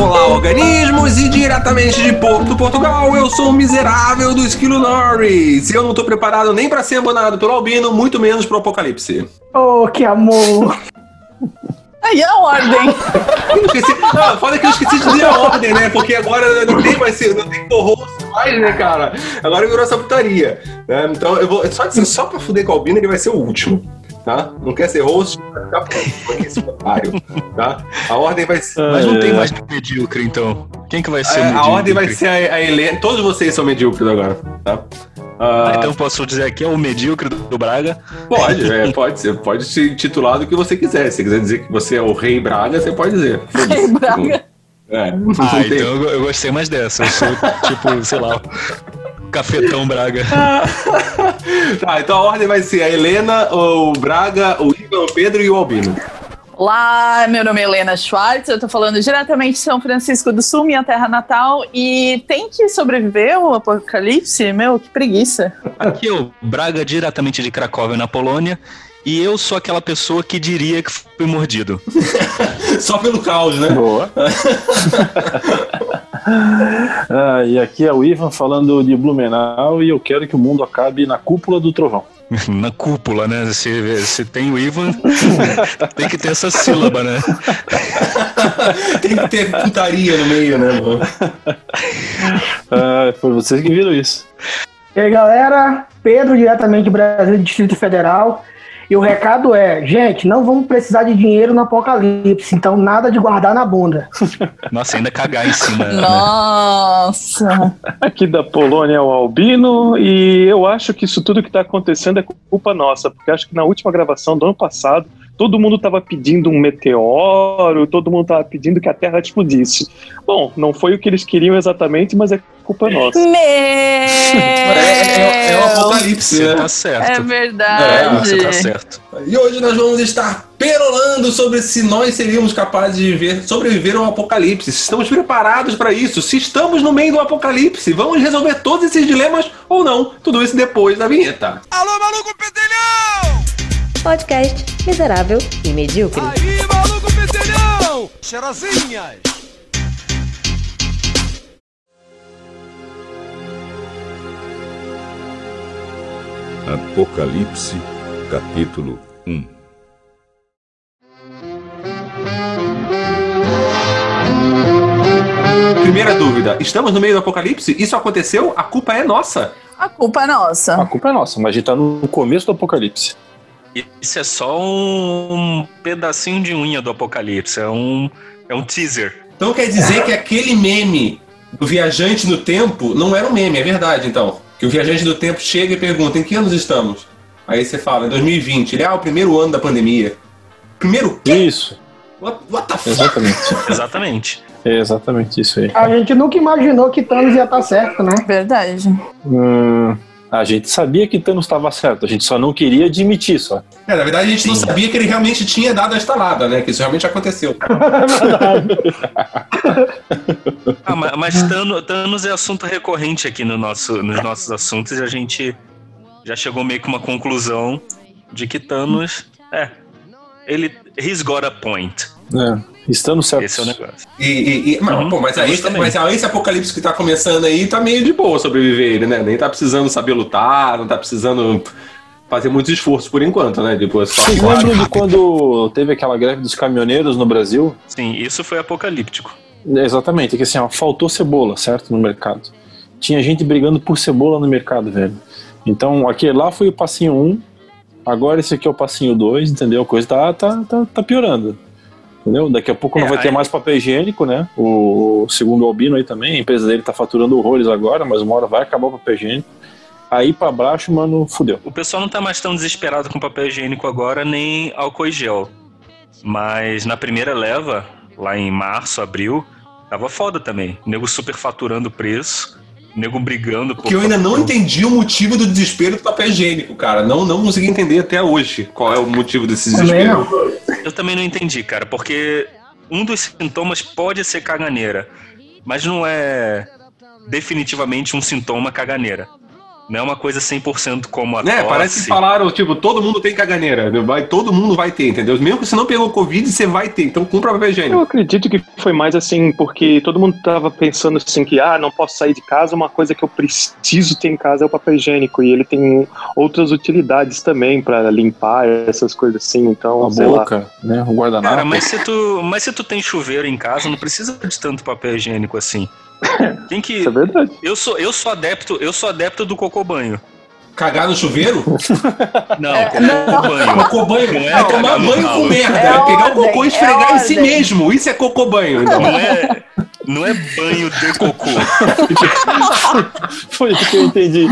Olá, organismos, e diretamente de Porto, Portugal, eu sou o miserável do Esquilo Norris. E eu não tô preparado nem pra ser abonado pelo Albino, muito menos pro Apocalipse. Oh, que amor! Aí é a ordem. Eu esqueci, não, foda que eu esqueci de dizer a ordem, né? Porque agora não tem mais, não tem co-host mais, né, cara? Agora virou essa putaria. né? Então eu vou, só, dizer, só pra fuder com o Albino, ele vai ser o último. Tá? Não quer ser host, vai ficar por aqui esse otário, tá? A ordem vai ser. Mas não tem mais medíocre, então. Quem que vai ser É, A, medíocre? a ordem vai ser a, a Helena. Todos vocês são medíocres agora, tá? Ah, Ah, então posso dizer que é o medíocre do do Braga. Pode, é, pode ser. Pode se titular do que você quiser. Se quiser dizer que você é o Rei Braga, você pode dizer. Foda-se. Rei Braga. É, não Ah, tem. então eu, eu gostei mais dessa. Eu sou, tipo, sei lá, o cafetão Braga. Tá, então a ordem vai ser a Helena, o Braga, o Ivan, o Pedro e o Albino. Olá, meu nome é Helena Schwartz, eu tô falando diretamente de São Francisco do Sul, minha terra natal, e tem que sobreviver o apocalipse? Meu, que preguiça. Aqui é o Braga, diretamente de Cracóvia, na Polônia. E eu sou aquela pessoa que diria que fui mordido. Só pelo caos, né? Boa. Ah, e aqui é o Ivan falando de Blumenau e eu quero que o mundo acabe na cúpula do trovão. Na cúpula, né? Se, se tem o Ivan, tem que ter essa sílaba, né? Tem que ter putaria no meio, né, mano? Ah, foi vocês que viram isso. E aí, galera? Pedro, diretamente do Brasil, do Distrito Federal. E o recado é, gente, não vamos precisar de dinheiro no apocalipse, então nada de guardar na bunda. Nossa, ainda cagar em cima. né? Nossa. Aqui da Polônia é o Albino e eu acho que isso tudo que está acontecendo é culpa nossa, porque acho que na última gravação do ano passado todo mundo estava pedindo um meteoro, todo mundo estava pedindo que a Terra explodisse. Bom, não foi o que eles queriam exatamente, mas é culpa nossa. Meu! É, é, é o apocalipse, Você né? tá É certo. verdade. você tá certo. E hoje nós vamos estar perolando sobre se nós seríamos capazes de viver, sobreviver a um apocalipse. Se estamos preparados para isso, se estamos no meio do apocalipse, vamos resolver todos esses dilemas ou não. Tudo isso depois da vinheta. Podcast Miserável e Medíocre. Apocalipse, capítulo 1. Primeira dúvida: estamos no meio do apocalipse? Isso aconteceu? A culpa é nossa? A culpa é nossa. A culpa é nossa, mas a gente tá no começo do apocalipse. Isso é só um pedacinho de unha do apocalipse. É um, é um teaser. Então quer dizer que aquele meme do viajante no tempo não era um meme, é verdade então. Que o viajante do tempo chega e pergunta: em que anos estamos? Aí você fala: em 2020. Ele, ah, o primeiro ano da pandemia. Primeiro quê? Isso, What, what the fuck? exatamente. Exatamente. É exatamente isso aí. A gente nunca imaginou que Thanos ia estar certo, né? É Verdade. Hum, a gente sabia que Thanos estava certo, a gente só não queria admitir só. É, na verdade a gente não sabia que ele realmente tinha dado a estalada, né? Que isso realmente aconteceu. É, Ah, ma- mas Thanos, Thanos é assunto recorrente aqui no nosso, nos nossos assuntos e a gente já chegou meio que uma conclusão de que Thanos é. Ele. He's got a point. É, estamos certos. Esse é o negócio. E, e- e- mas, Uhum, pô, mas, eu aí, gosto também. mas aí esse apocalipse que tá começando aí tá meio de boa sobreviver ele, né? Nem tá precisando saber lutar, não tá precisando fazer muito esforço por enquanto, né? Tipo, é só Vocês lembram de quando teve aquela greve dos caminhoneiros no Brasil? Sim, isso foi apocalíptico. É, Exatamente, é que assim, ó, faltou cebola, certo, no mercado. Tinha gente brigando por cebola no mercado, velho. Então, aquele lá foi o passinho 1, agora esse aqui é o passinho 2, entendeu? A coisa tá, tá, tá, tá piorando. Entendeu? Daqui a pouco não É, vai ter aí- mais papel higiênico, né? O, o- segundo o Albino aí também, a empresa dele tá faturando horrores agora, mas uma hora vai acabar o papel higiênico. Aí pra baixo, mano, fudeu. O pessoal não tá mais tão desesperado com papel higiênico agora, nem álcool e gel. Mas na primeira leva, lá em março, abril, tava foda também. O nego superfaturando o preço. nego brigando por Que eu ainda não por- entendi o motivo do desespero do papel higiênico, cara. Não, não consegui entender até hoje qual é o motivo desse Também desespero. não. Eu também não entendi, cara, porque um dos sintomas pode ser caganeira, mas não é definitivamente um sintoma caganeira. Não é uma coisa 100% como a Né? tosse. Parece que falaram, tipo, todo mundo tem caganeira. né? Vai, todo mundo vai ter, entendeu? Mesmo que você não pegou Covid, você vai ter. Então compra papel Eu higiênico. acredito que foi mais assim, porque todo mundo tava pensando assim que, ah, não posso sair de casa, uma coisa que eu preciso ter em casa é o papel higiênico, e ele tem outras utilidades também pra limpar essas coisas assim, então, A sei lá. boca, né? O guardanapo. Cara, mas se, tu, mas se tu tem chuveiro em casa, não precisa de tanto papel higiênico assim. Tem que. Isso é verdade. Eu sou, eu sou adepto, eu sou adepto do cocô banho. Cagar no chuveiro? Não, cocô banho. Cocô banho? Não é É tomar cagar no banho ralo. com merda. É É pegar o ordem, cocô e esfregar é em si ordem. mesmo. Isso é cocô banho. Então. Não é, não é banho de cocô. Foi isso que eu entendi.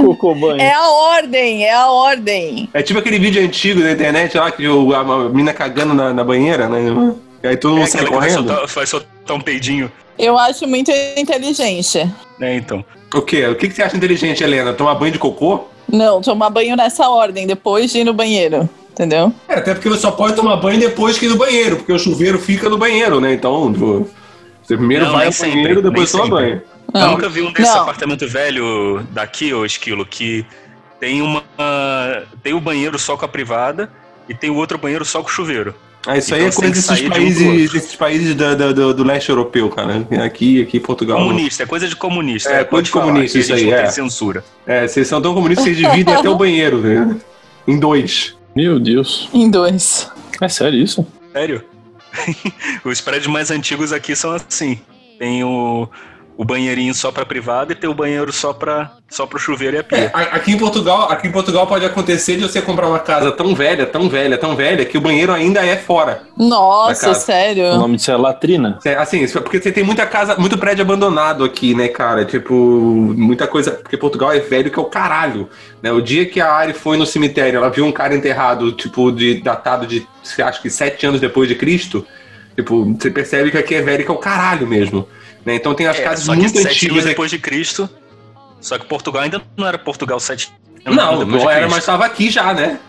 Cocô banho. É a ordem, é a ordem. É tipo aquele vídeo antigo da internet lá que o, a, a mina cagando na, na banheira, né? E aí todo É mundo aquela sai que vai correndo. soltar, vai soltar um peidinho. Eu acho muito inteligente. É, então. O quê? O que, que você acha inteligente, Helena? Tomar banho de cocô? Não, tomar banho nessa ordem, depois de ir no banheiro, entendeu? É, até porque você só pode tomar banho depois que ir no banheiro, porque o chuveiro fica no banheiro, né? Então, tipo, você primeiro Não, vai nem ao sempre, banheiro, depois nem toma sempre. banho. Eu Não. nunca vi um desse Não. apartamento velho daqui, ô Esquilo, que tem uma. Tem o banheiro só com a privada e tem o outro banheiro só com o chuveiro. Ah, isso Então aí é você coisa tem que sair desses de um países, pro outro. desses países da- da- do, do leste europeu, cara. Aqui, aqui em Portugal. Comunista, é coisa de comunista. É, né? coisa Pode de falar, comunista aqui a isso gente aí, não é. tem censura. É, vocês são tão comunistas que vocês dividem até o banheiro, né? Em dois. Meu Deus. Em dois. É sério isso? Sério? Os prédios mais antigos aqui são assim. Tem o, o banheirinho só pra privada e tem o banheiro só para só pro chuveiro e a pia. É, aqui em Portugal, aqui em Portugal pode acontecer de você comprar uma casa tão velha, tão velha, tão velha, que o banheiro ainda é fora. Na Nossa, casa. O sério. nome disso é latrina. Cê- Assim, isso é porque você tem muita casa, muito prédio abandonado aqui, né, cara? Tipo, muita coisa. Porque Portugal é velho que é o caralho. Né? O dia que a Ari foi no cemitério, ela viu um cara enterrado, tipo, de, datado de, se- acho que sete anos depois de Cristo. Tipo, você percebe que aqui é velho que é o caralho mesmo. Né? Então tem as É, casas só que muito sete anos antigas aqui. depois de Cristo. Só que Portugal ainda não era Portugal sete anos Não, depois não de era, Cristo. mas tava aqui já, né?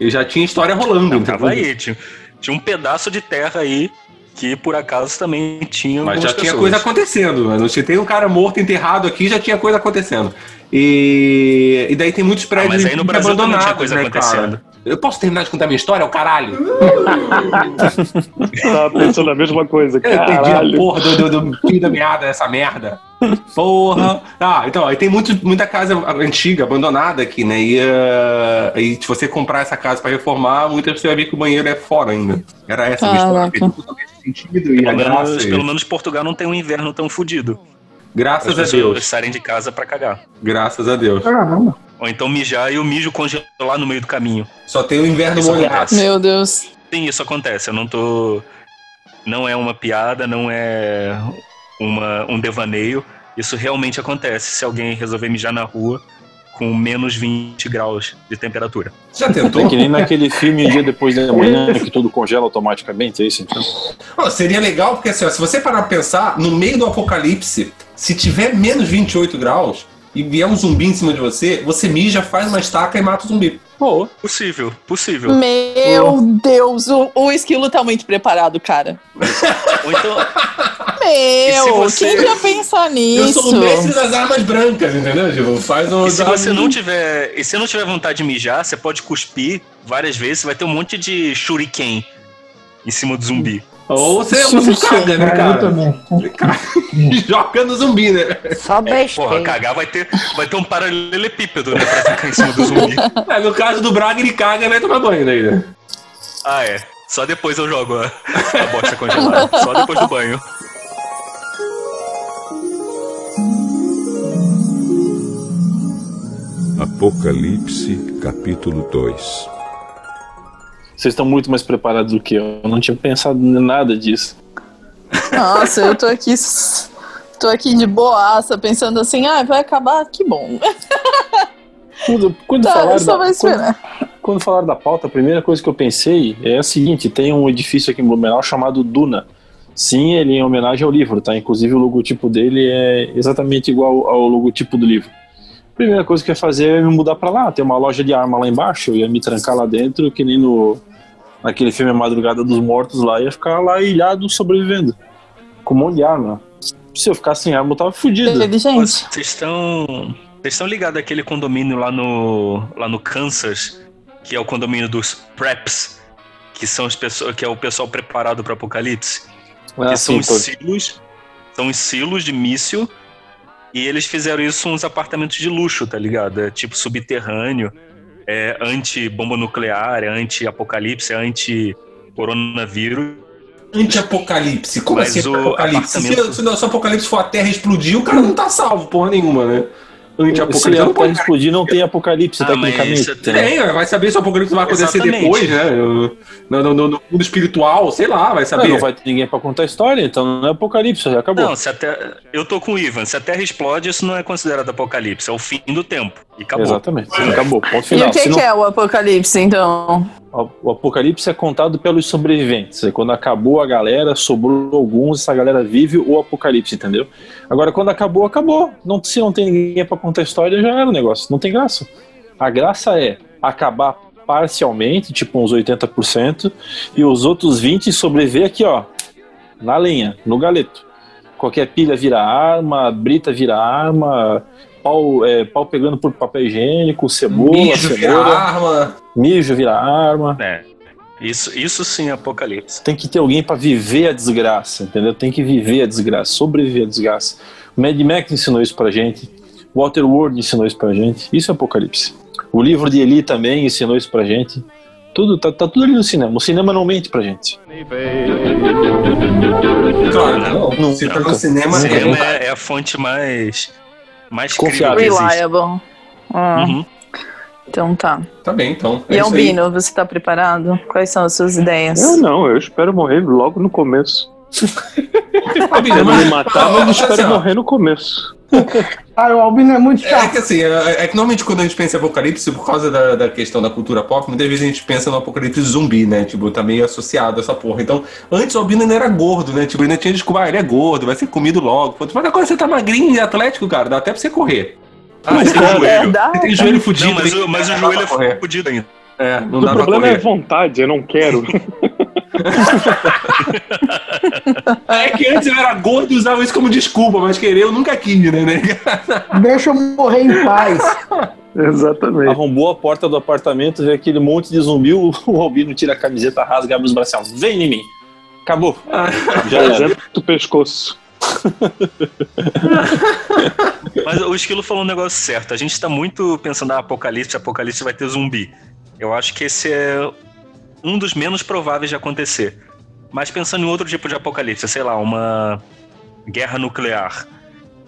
E já tinha história rolando. Não, tava entendeu? aí, tinha, tinha um pedaço de terra aí que por acaso também tinha. Mas já algumas tinha pessoas. coisa acontecendo, mano. Se tem um cara morto enterrado aqui, já tinha coisa acontecendo. E, e daí tem muitos Ah, prédios mas aí no Brasil também tinha coisa né, cara? acontecendo. Eu posso terminar de contar minha história, o caralho? Tava pensando a mesma coisa, Eu entendi a caralho. porra do, do, do fim da meada dessa merda. Porra. Ah, então, aí tem muito, muita casa antiga, abandonada aqui, né? E, eh, e se você comprar essa casa pra reformar, muitas vezes você vai ver que o banheiro é fora ainda. Era essa a minha história. Caraca. Fez totalmente sentido e a Pelo graça, menos, pelo menos Portugal não tem um inverno tão fodido. As graças a pessoas Deus. saírem de casa pra cagar. Graças a Deus. Caramba. Ou então mijar e o mijo congelar no meio do caminho. Só tem o inverno Isso molhado. acontece. Meu Deus. Sim, isso acontece. Eu não tô. Não é uma piada, não é uma, um devaneio. Isso realmente acontece se alguém resolver mijar na rua com menos 20 graus de temperatura. Já tentou? É que nem naquele filme O Dia Depois da Manhã, que tudo congela automaticamente, é isso então? Ó, seria legal, porque assim, ó, se você parar pra pensar, no meio do apocalipse, se tiver menos 28 graus e vier um zumbi em cima de você, você mija, faz uma estaca e mata o zumbi. Pô, Possível, possível. Meu Deus, o, o esquilo tá muito preparado, cara. Ou então, E se Meu, você- quem ia pensar Eu nisso? sou o mestre das armas brancas, entendeu? Tipo, faz um. E se dá você um- não tiver, e se não tiver vontade de mijar, você pode cuspir várias vezes, vai ter um monte de shuriken em cima do zumbi. Hum, Ou você, Sim, você caga, né, cara, Eu cara? também. Joga no zumbi, né? Só Porra, besteira. cagar vai ter, vai ter um paralelepípedo, né, pra ficar em cima do zumbi. É, no caso do Braga, ele caga e vai tomar banho daí, né? Ah, é. Só depois eu jogo a, a bosta congelada. Só depois do banho. Apocalipse, capítulo 2. vocês estão muito mais preparados do que eu. Eu não tinha pensado em nada disso. Nossa, eu tô aqui. Tô aqui de boaça, pensando assim, ah, vai acabar, que bom. Quando, quando Tá, falaram eu só vou da, quando, esperar. quando falaram da pauta, a primeira coisa que eu pensei é a seguinte: tem um edifício aqui em Blumenau chamado Duna. Sim, ele é em homenagem ao livro, tá? Inclusive o logotipo dele é exatamente igual ao logotipo do livro. Primeira coisa que eu ia fazer é me mudar pra lá. Tem uma loja de arma lá embaixo, eu ia me trancar lá dentro, que nem no naquele filme A Madrugada dos Mortos lá, ia ficar lá ilhado sobrevivendo. Com um monte de arma. Se eu ficar sem arma, eu tava fudido. Inteligente. Vocês estão. Vocês estão ligados àquele condomínio lá no. lá no Kansas, que é o condomínio dos preps, que são as pessoas. que é o pessoal preparado para apocalipse. Ah, que são sim, os tô- silos. São os silos de míssil. E eles fizeram isso uns apartamentos de luxo, tá ligado? É tipo subterrâneo. É anti-bomba nuclear, é anti-apocalipse, é anti-coronavírus. Anti-apocalipse. Como Mas assim o apocalipse? Se, apartamento- se, não- se o apocalipse for a Terra explodir, o cara não tá salvo, porra nenhuma, né? Se é Anti-apocalipse a não Terra pode. cara. explodir, não tem apocalipse, Ah, mas tecnicamente. isso tem- Tem, vai saber se é o apocalipse vai acontecer Exatamente. depois, né? No, no- no- no mundo espiritual, sei lá, vai Não, saber. não vai ter ninguém pra contar a história, então não é apocalipse, já acabou. Não, se a Terra- eu tô com o Ivan. Se a Terra explode, isso não é considerado apocalipse, é o fim do tempo. E acabou. Exatamente, acabou, ponto final. e o que, Se não- que é o apocalipse, então? O apocalipse é contado pelos sobreviventes. É Quando acabou a galera, sobrou alguns, essa galera vive o apocalipse, entendeu? Agora, quando acabou, acabou. Não, se não tem ninguém pra contar a história, já era o negócio. Não tem graça. A graça é acabar parcialmente, tipo uns 80%, e os outros 20% sobreviver aqui, ó, na lenha, no galeto. Qualquer pilha vira arma, brita vira arma, pau, é, pau pegando por papel higiênico, cebola, Mijo, vira cenoura, arma. mijo vira arma. É. Isso, isso sim é apocalipse. Tem que ter alguém pra viver a desgraça, entendeu? Tem que viver a desgraça, sobreviver a desgraça. O Mad Max ensinou isso pra gente. Walter Ward ensinou isso pra gente. Isso é apocalipse. O livro de Eli também ensinou isso pra gente. Tudo, tá, tá tudo ali no cinema. O cinema não mente pra gente. Claro, não. Não, Se tá nunca. no cinema, O Nunca. é. cinema é, é a fonte mais, mais Confiável. crível que existe. Reliable. Ah, Uhum. Então tá. Tá bem, então. isso e aí. Albino, você tá preparado? Quais são as suas ideias? Eu não, eu espero morrer logo no começo. Albino, Quero É, mas- me tá matar, Ó, ó, mas espero assim, ó. morrer no começo. Cara, o Albino é muito É chato. que assim, é, é que normalmente quando a gente pensa em apocalipse, por causa da, da questão da cultura pop, muitas vezes a gente pensa no apocalipse zumbi, né? Tipo, tá meio associado a essa porra. Então, antes o Albino ainda era gordo, né? Tipo, ainda tinha desculpa, ah, ele é gordo, vai ser comido logo. Mas agora você tá magrinho e atlético, cara, dá até pra você correr. Ah, você tem joelho. verdade. Você tem joelho fudido. é Não, mas tem- o, mas o não dá joelho pra é correr. fodido ainda. É, não O dá pra problema é correr. vontade, eu não quero. É que antes eu era gordo e usava isso como desculpa, mas querer eu nunca quis, né? né? Deixa eu morrer em paz. É. Exatamente. Arrombou a porta do apartamento, vê aquele monte de zumbi, o o Albino tira a camiseta, rasga, abre os braços, vem em mim. Acabou. Já era. Exemplo do pescoço. Mas o Esquilo falou um negócio certo. A gente tá muito pensando, ah, apocalipse, apocalipse vai ter zumbi. Eu acho que esse é um dos menos prováveis de acontecer. Mas pensando em outro tipo de apocalipse, sei lá, uma guerra nuclear.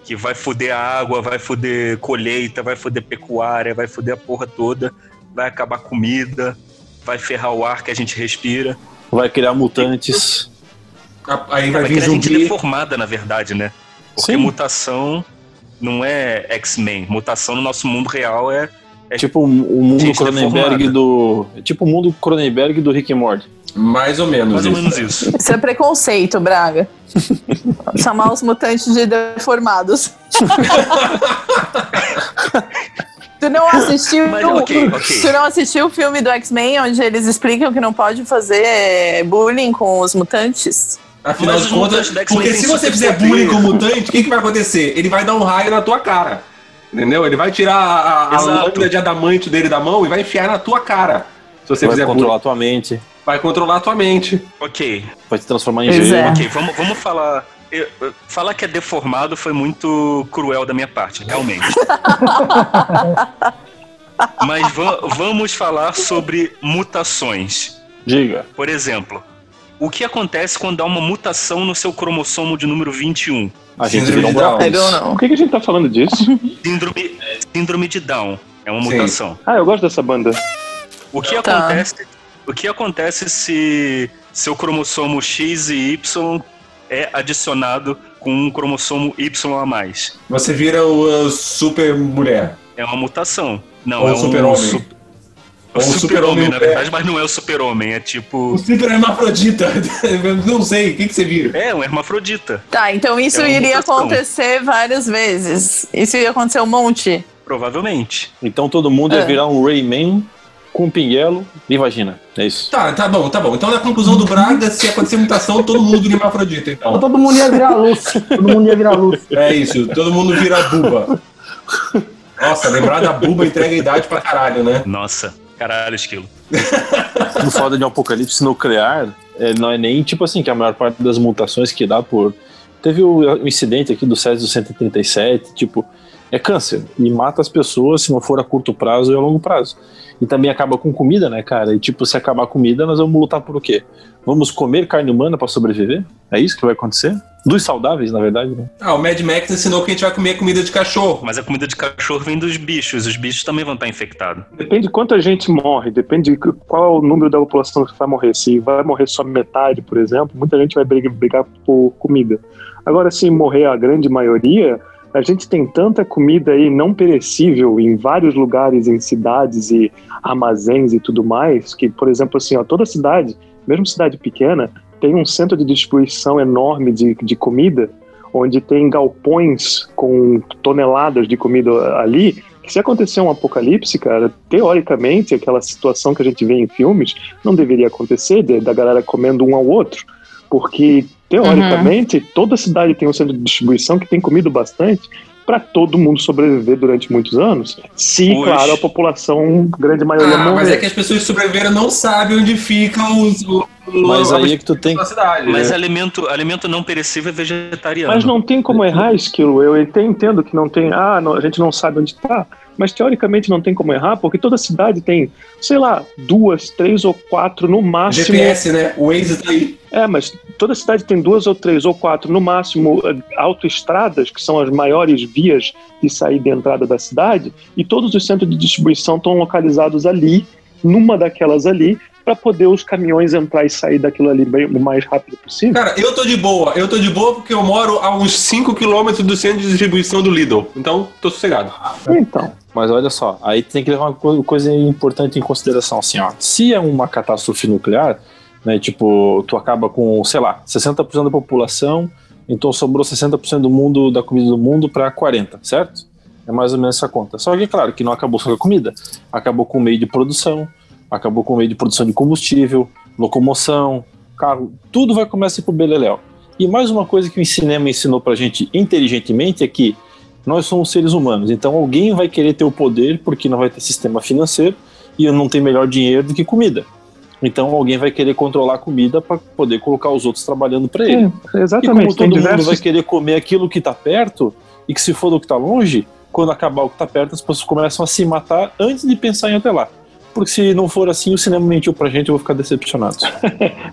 Que vai foder a água, vai foder colheita, vai foder pecuária, vai foder a porra toda, vai acabar comida, vai ferrar o ar que a gente respira. Vai criar mutantes. Aí vai Vai vir criar gente zumbi. deformada, na verdade, né? Porque Sim. mutação não é X-Men. Mutação no nosso mundo real é É tipo o o mundo Gente Cronenberg deformada. do. É tipo o mundo Cronenberg do Rick and Morty. Mais ou menos. mais ou isso. menos isso. Isso é preconceito, Braga. Chamar os mutantes de deformados. tu não assistiu. Mas, ok, ok. Tu não assistiu o filme do X-Men onde eles explicam que não pode fazer bullying com os mutantes? Afinal Mas de os contas, mutantes do X-Men porque têm se você fizer bullying superpoder. com o mutante, o que, que vai acontecer? Ele vai dar um raio na tua cara. Entendeu? Ele vai tirar a, a- a Exato. lâmina de adamante dele da mão e vai enfiar na tua cara. Se você vai fizer controlar a tua mente, bullying, vai controlar a tua mente. Ok, vai te transformar em Pois gelo. é. ok, vamos, vamos falar. eu- eu- falar que é deformado foi muito cruel da minha parte, realmente. Mas va- vamos falar sobre mutações. Diga. Por exemplo, o que acontece quando há uma mutação no seu cromossomo de número 21? A gente Síndrome vira um de Down. I don't braço. know. Por que, que a gente tá falando disso? Síndrome, síndrome de Down é uma Sim. mutação. Ah, eu gosto dessa banda. O que Tá. acontece? O que acontece se seu cromossomo X e Y é adicionado com um cromossomo Y a mais? Você vira o, uh, super mulher. É uma mutação. Não, Ou um é super-homem. su- É O um super-homem, super-homem, na verdade, mas não é o super-homem, é O tipo. super hermafrodita. Não sei, o que, que você viu? É, um hermafrodita, Tá, então isso É uma iria mutação. acontecer várias vezes. Isso ia acontecer um monte. provavelmente. Então todo mundo É. ia virar um Rayman com pinguelo e vagina. É isso. Tá, tá bom, tá bom. Então, na conclusão do Braga, se acontecer mutação, todo mundo vira hermafrodita, então. Todo mundo ia virar Lúcio. Todo mundo ia virar Lúcio. É isso, todo mundo vira buba. Nossa, lembrar da buba entrega a idade pra caralho, né? Nossa, caralho, esquilo. no foda de um apocalipse nuclear, é, não é nem tipo assim, que a maior parte das mutações que dá por. Teve o, o incidente aqui do Césio 137, tipo, é câncer e mata as pessoas se não for a curto prazo e a longo prazo. E também acaba com comida, né, cara? E tipo, se acabar a comida, nós vamos lutar por o quê? Vamos comer carne humana pra sobreviver? É isso que vai acontecer? Dos saudáveis, na verdade, né? Ah, o Mad Max ensinou que a gente vai comer comida de cachorro. Mas a comida de cachorro vem dos bichos, os bichos também vão estar infectados. Depende de quanta gente morre, depende de qual é o número da população que vai morrer. Se vai morrer só metade, por exemplo, muita gente vai brigar, brigar por comida. Agora, se morrer a grande maioria, a gente tem tanta comida aí não perecível em vários lugares, em cidades e armazéns e tudo mais, que, por exemplo, assim, ó, toda cidade, mesmo cidade pequena, tem um centro de distribuição enorme de, de comida, onde tem galpões com toneladas de comida ali, que se acontecer um apocalipse, cara, teoricamente, aquela situação que a gente vê em filmes não deveria acontecer de- da galera comendo um ao outro, porque teoricamente toda cidade tem um centro de distribuição que tem comido bastante para todo mundo sobreviver durante muitos anos, se, Pois. claro, a população, grande maioria Ah, morrer. mas é que as pessoas que sobreviveram não sabem onde ficam os. o- Mas o- aí é que tu tem da cidade. Mas né? alimento, alimento não perecível é vegetariano. Mas não tem como errar, Esquilo. Eu até entendo que não tem. Ah, não- a gente não sabe onde tá. Mas teoricamente não tem como errar, porque toda cidade tem, sei lá, duas, três ou quatro no é máximo. GPS, né? O Waze tá aí. É, mas toda cidade tem duas ou três ou quatro, no máximo, eh, autoestradas, que são as maiores vias de saída e entrada da cidade, e todos os centros de distribuição estão localizados ali, numa daquelas ali, para poder os caminhões entrar e sair daquilo ali bem- o mais rápido possível. Cara, eu tô de boa. Eu tô de boa porque eu moro a uns 5km do centro de distribuição do Lidl. Então, tô sossegado. É. Então. Mas olha só, aí tem que levar uma co- coisa importante em consideração, assim, ó. Se é uma catástrofe nuclear, né, tipo, tu acaba com, sei lá, 60% da população, então sobrou 60% do mundo, da comida do mundo para 40, certo? É mais ou menos essa conta. Só que, claro, que não acabou só com a comida, acabou com o meio de produção, acabou com o meio de produção de combustível, locomoção, carro, tudo vai começar a ir pro beleléu. E mais uma coisa que o cinema ensinou pra gente inteligentemente é que nós somos seres humanos, então alguém vai querer ter o poder porque não vai ter sistema financeiro e não tem melhor dinheiro do que comida. Então alguém vai querer controlar a comida para poder colocar os outros trabalhando para ele. É, E como exatamente, todo tem mundo diversos. vai querer comer aquilo que tá perto e que se for do que tá longe, quando acabar o que tá perto, as pessoas começam a se matar antes de pensar em até lá. Porque se não for assim, o cinema mentiu pra gente, eu vou ficar decepcionado.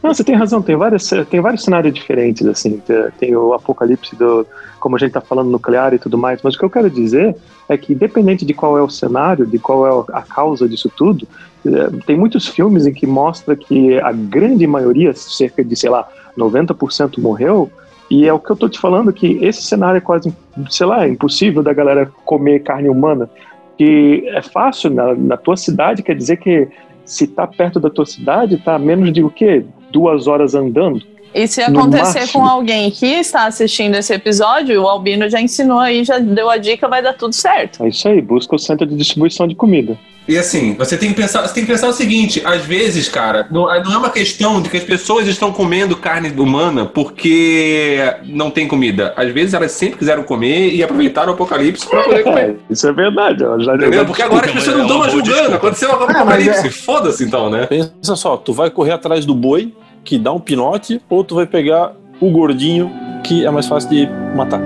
Não, você tem razão, tem, várias, tem vários cenários diferentes, assim. Tem- Tem o apocalipse do. Como a gente tá falando nuclear e tudo mais, mas o que eu quero dizer é que, independente de qual é o cenário, de qual é a causa disso tudo, eh, tem muitos filmes em que mostra que a grande maioria, cerca de, sei lá, 90% morreu. E é o que eu tô te falando, que esse cenário é quase, sei lá, impossível da galera comer carne humana. Que é fácil na, na tua cidade, quer dizer que se tá perto da tua cidade, tá a menos de o quê? Duas horas andando. E se No acontecer com máximo. alguém que está assistindo esse episódio, o Albino já ensinou aí, já deu a dica, vai dar tudo certo. É isso aí, busca o centro de distribuição de comida. E assim, você tem que pensar, você tem que pensar o seguinte, às vezes, cara, não, não é uma questão de que as pessoas estão comendo carne humana porque não tem comida. Às vezes elas sempre quiseram comer e aproveitaram o apocalipse pra poder comer. É, isso é verdade. Ó, já, Entendeu? Porque agora as pessoas não estão mais julgando. Aconteceu agora o Ah, mas apocalipse. Foda-se então, né? Pensa só, tu vai correr atrás do boi, que dá um pinote, ou tu vai pegar o gordinho, que é mais fácil de matar.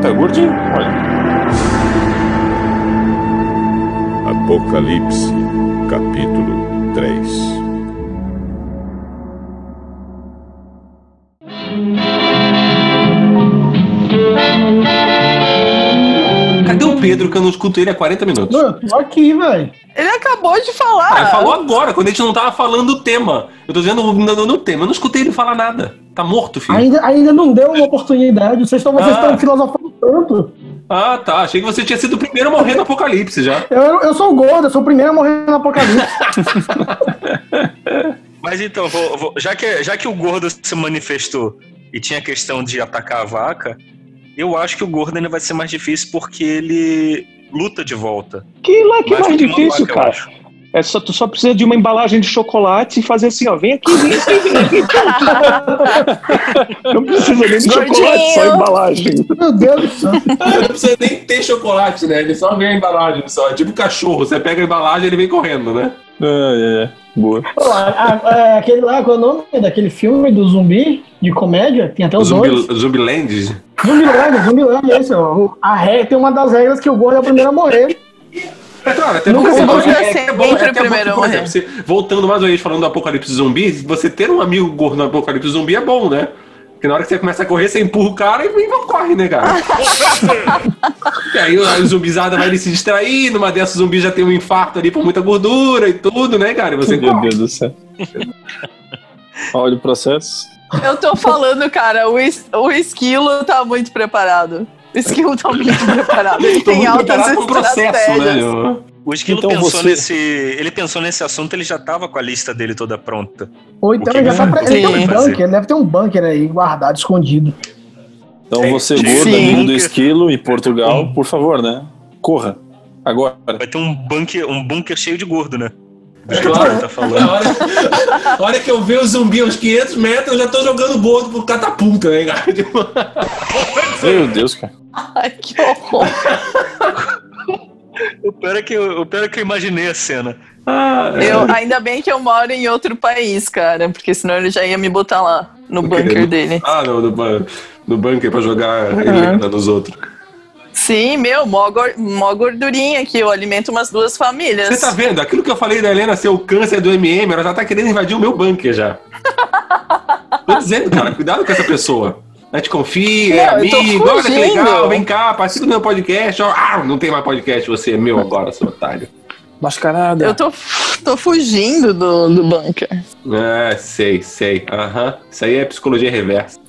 Pega o gordinho, olha. Apocalipse, capítulo 3. Cadê o Pedro que eu não escuto ele há 40 minutos? Uhum. Não, eu tô aqui, velho. Ele acabou de falar. Ah, ele falou agora, quando a gente não tava falando o tema. Eu tô dizendo no, no- no tema, eu não escutei ele falar nada. Tá morto, filho. Ainda, ainda não deu uma oportunidade. Vocês estão vocês Ah. estão filosofando tanto. Ah, tá. Achei que você tinha sido o primeiro a morrer no apocalipse já. Eu, eu sou gordo, eu sou o primeiro a morrer no apocalipse. Mas então, vou- vou- já, que, já que o gordo se manifestou e tinha a questão de atacar a vaca, eu acho que o gordo ainda vai ser mais difícil porque ele luta de volta. Que lá que Mais mais do que uma difícil, vaca, eu cara. acho. É só, tu só precisa de uma embalagem de chocolate e fazer assim, ó, vem aqui, vem aqui, vem aqui. Não precisa nem de chocolate, só Gordinho. embalagem. Meu Deus do céu. Não precisa nem ter chocolate, né? Ele só vem a embalagem só. É tipo cachorro. Você pega a embalagem e ele vem correndo, né? É, é, boa. Pô, a- a- é, aquele lá, qual é o nome daquele filme do zumbi, de comédia? Tem até os Zumbi, dois. Zumbiland. Zumbiland, Zumbiland, é isso. ó. A regra tem uma das regras que o gordo é o primeiro a morrer. É claro, até Nunca bom, se você- encontra é, é sempre bom, é o até primeiro bom, a por morrer. exemplo, você- voltando mais uma vez falando do apocalipse zumbi, você ter um amigo gordo no apocalipse zumbi é bom, né? Porque na hora que você começa a correr, você empurra o cara e não corre, né, cara? e aí o zumbizada vai ele se distrair, numa dessas o zumbi já tem um infarto ali por muita gordura e tudo, né, cara? E você Meu Deus do céu. Olha o processo. Eu tô falando, cara, o, es- o esquilo tá muito preparado. O esquilo tá muito preparado. Ele Tô tem muito altas preparado pro processo, né? estratégias. meu? O Esquilo Então pensou você- nesse. Ele pensou nesse assunto, ele já tava com a lista dele toda pronta. Ou então que ele já tá que pre... você ele tem vai um fazer? bunker, ele deve ter um bunker aí guardado, escondido. Então você, Sim. gordo, Sim. amigo do esquilo em Portugal, por favor, né? Corra. Agora. Vai ter um bunker, um bunker cheio de gordo, né? Do jeito que claro. ele tá Na falando. hora, na hora que eu ver o zumbi a uns 500 metros, eu já tô jogando gordo pro catapulta, né, cara? Tipo, Meu Deus, cara. Ai, que horror. O pior, é que eu, o pior é que eu imaginei a cena. É. Eu, ainda bem que eu moro em outro país, cara, porque senão ele já ia me botar lá no bunker dele. Ah, no, no, ban- no bunker pra jogar Helena nos outros. Sim, meu, mó, gor- mó gordurinha que eu alimento umas duas famílias. Você tá vendo? Aquilo que eu falei da Helena ser o câncer do MM, ela já tá querendo invadir o meu bunker já. Tô dizendo, cara, cuidado com essa pessoa. A gente confia, é Não, eu tô amigo, olha que fugindo. legal, vem cá, participa do meu podcast. ó. Ah, não tem mais podcast, você é meu agora, seu otário. Mascarada. Eu tô, tô fugindo do, do bunker. É, sei, sei. Aham. Isso aí é psicologia reversa.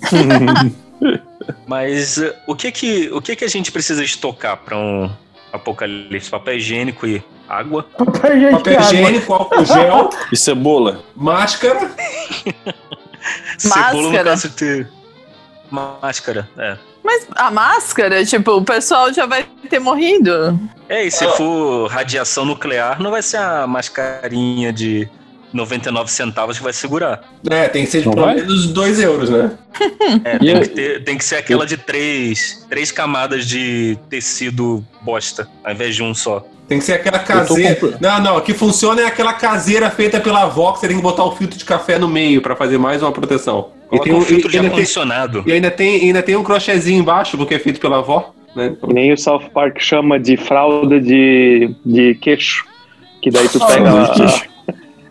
Mas eh, o que que, o que que a gente precisa estocar pra um apocalipse? Papel higiênico e água? Papel higiênico Papel e água. higiênico, álcool gel, E cebola. máscara. Cebola no Máscara. caso de ter. Máscara, é. Mas a máscara, tipo, o pessoal já vai ter morrido. É, e Ah. se for radiação nuclear, não vai ser a mascarinha de 99 centavos que vai segurar. É, tem que ser de Não pelo vai? menos 2 euros, né? É, E tem, eu- que ter- tem que ser aquela de três, três camadas de tecido bosta, ao invés de um só. Tem que ser aquela tô caseira. comprando. Não, não, o que funciona é aquela caseira feita pela Vox, você tem que botar o filtro de café no meio pra fazer mais uma proteção. E, Coloca tem um um- filtro e de ainda tem, ar-condicionado. e ainda tem ainda tem um crochêzinho embaixo, porque é feito pela avó, né? Então, Que nem o South Park chama de fralda de, de queixo. Que daí tu pega. Fralda A, de queixo.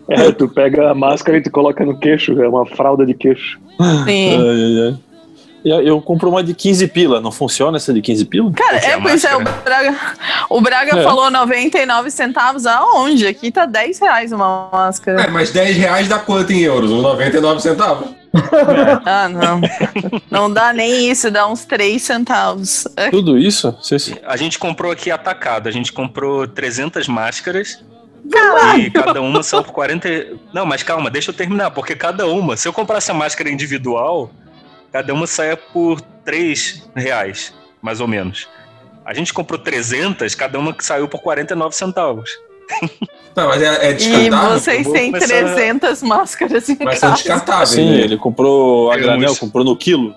é, tu pega a máscara e tu coloca no queixo. É uma fralda de queixo. Ai, Sim. ai, ai. E Eu, eu compro uma de 15 pila. Não funciona essa de 15 pila? Cara, Porque a é, pois é, o máscara- Braga, o Braga É. falou 99 centavos aonde? Aqui tá 10 reais uma máscara. É, mas 10 reais dá quanto em euros? Uns 99 centavos. Ah, não. Não dá nem isso, dá uns 3 centavos. É, Tudo isso? Vocês- A gente comprou aqui atacado, a gente comprou 300 máscaras. E cada uma são por 40. e- Não, mas calma, deixa eu terminar, porque cada uma, se eu comprasse a máscara individual, cada uma saia por 3 reais, mais ou menos. A gente comprou 300, cada uma que saiu por 49 centavos. Tá, mas é, é E descartável. vocês vou têm começar- 300 máscaras em Mas são casa. descartáveis. Sim, né? Ah, ele comprou a Pegamos. granel, comprou no quilo.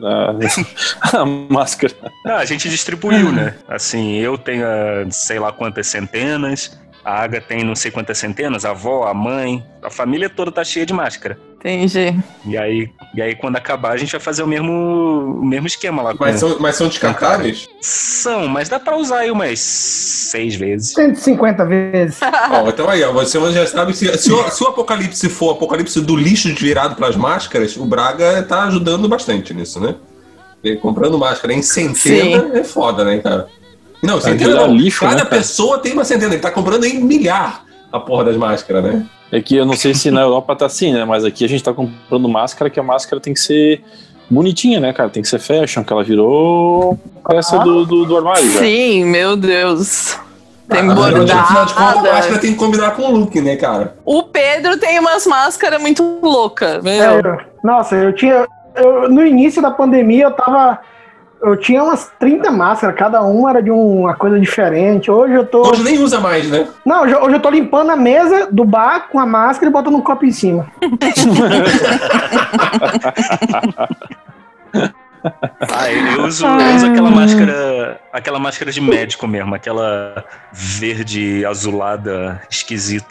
né? A, a máscara. Não, Ah, a gente distribuiu, né? Assim, eu tenho ah, sei lá quantas centenas, a Aga tem não sei quantas centenas, a avó, a mãe, a família toda tá cheia de máscara. Entendi. E aí, e aí quando acabar, a gente vai fazer o mesmo, o mesmo esquema lá. Mas com... são, mas são descartáveis? são, mas dá pra usar aí umas seis vezes. 150 vezes. Ó, então aí, ó, você já sabe, se, se, o, se o apocalipse for o apocalipse do lixo virado pras máscaras, o Braga tá ajudando bastante nisso, né? Porque comprando máscara em centena é foda, né, cara? Não, centena virar não. lixo, Cada né, cara? pessoa tem uma centena, ele tá comprando em milhar a porra das máscaras, né? É que eu não sei se na Europa tá assim, né? Mas aqui a gente tá comprando máscara, que a máscara tem que ser bonitinha, né, cara? Tem que ser fashion, que ela virou peça do, do, do armário. já. Sim, meu Deus. Tem Agora, no final de contas, eu acho que bordada. ela tem que combinar com o look, né, cara? O Pedro tem umas máscaras muito loucas, meu. É, nossa, eu tinha. eu- no início da pandemia eu tava. Eu tinha umas 30 máscaras, cada uma era de um, uma coisa diferente. Hoje eu tô. Hoje nem usa mais, né? Não, hoje, eu- hoje eu tô limpando a mesa do bar com a máscara e botando um copo em cima. Ah, eu eu uso, eu uso aquela máscara. Aquela máscara de médico mesmo, aquela verde azulada, esquisita.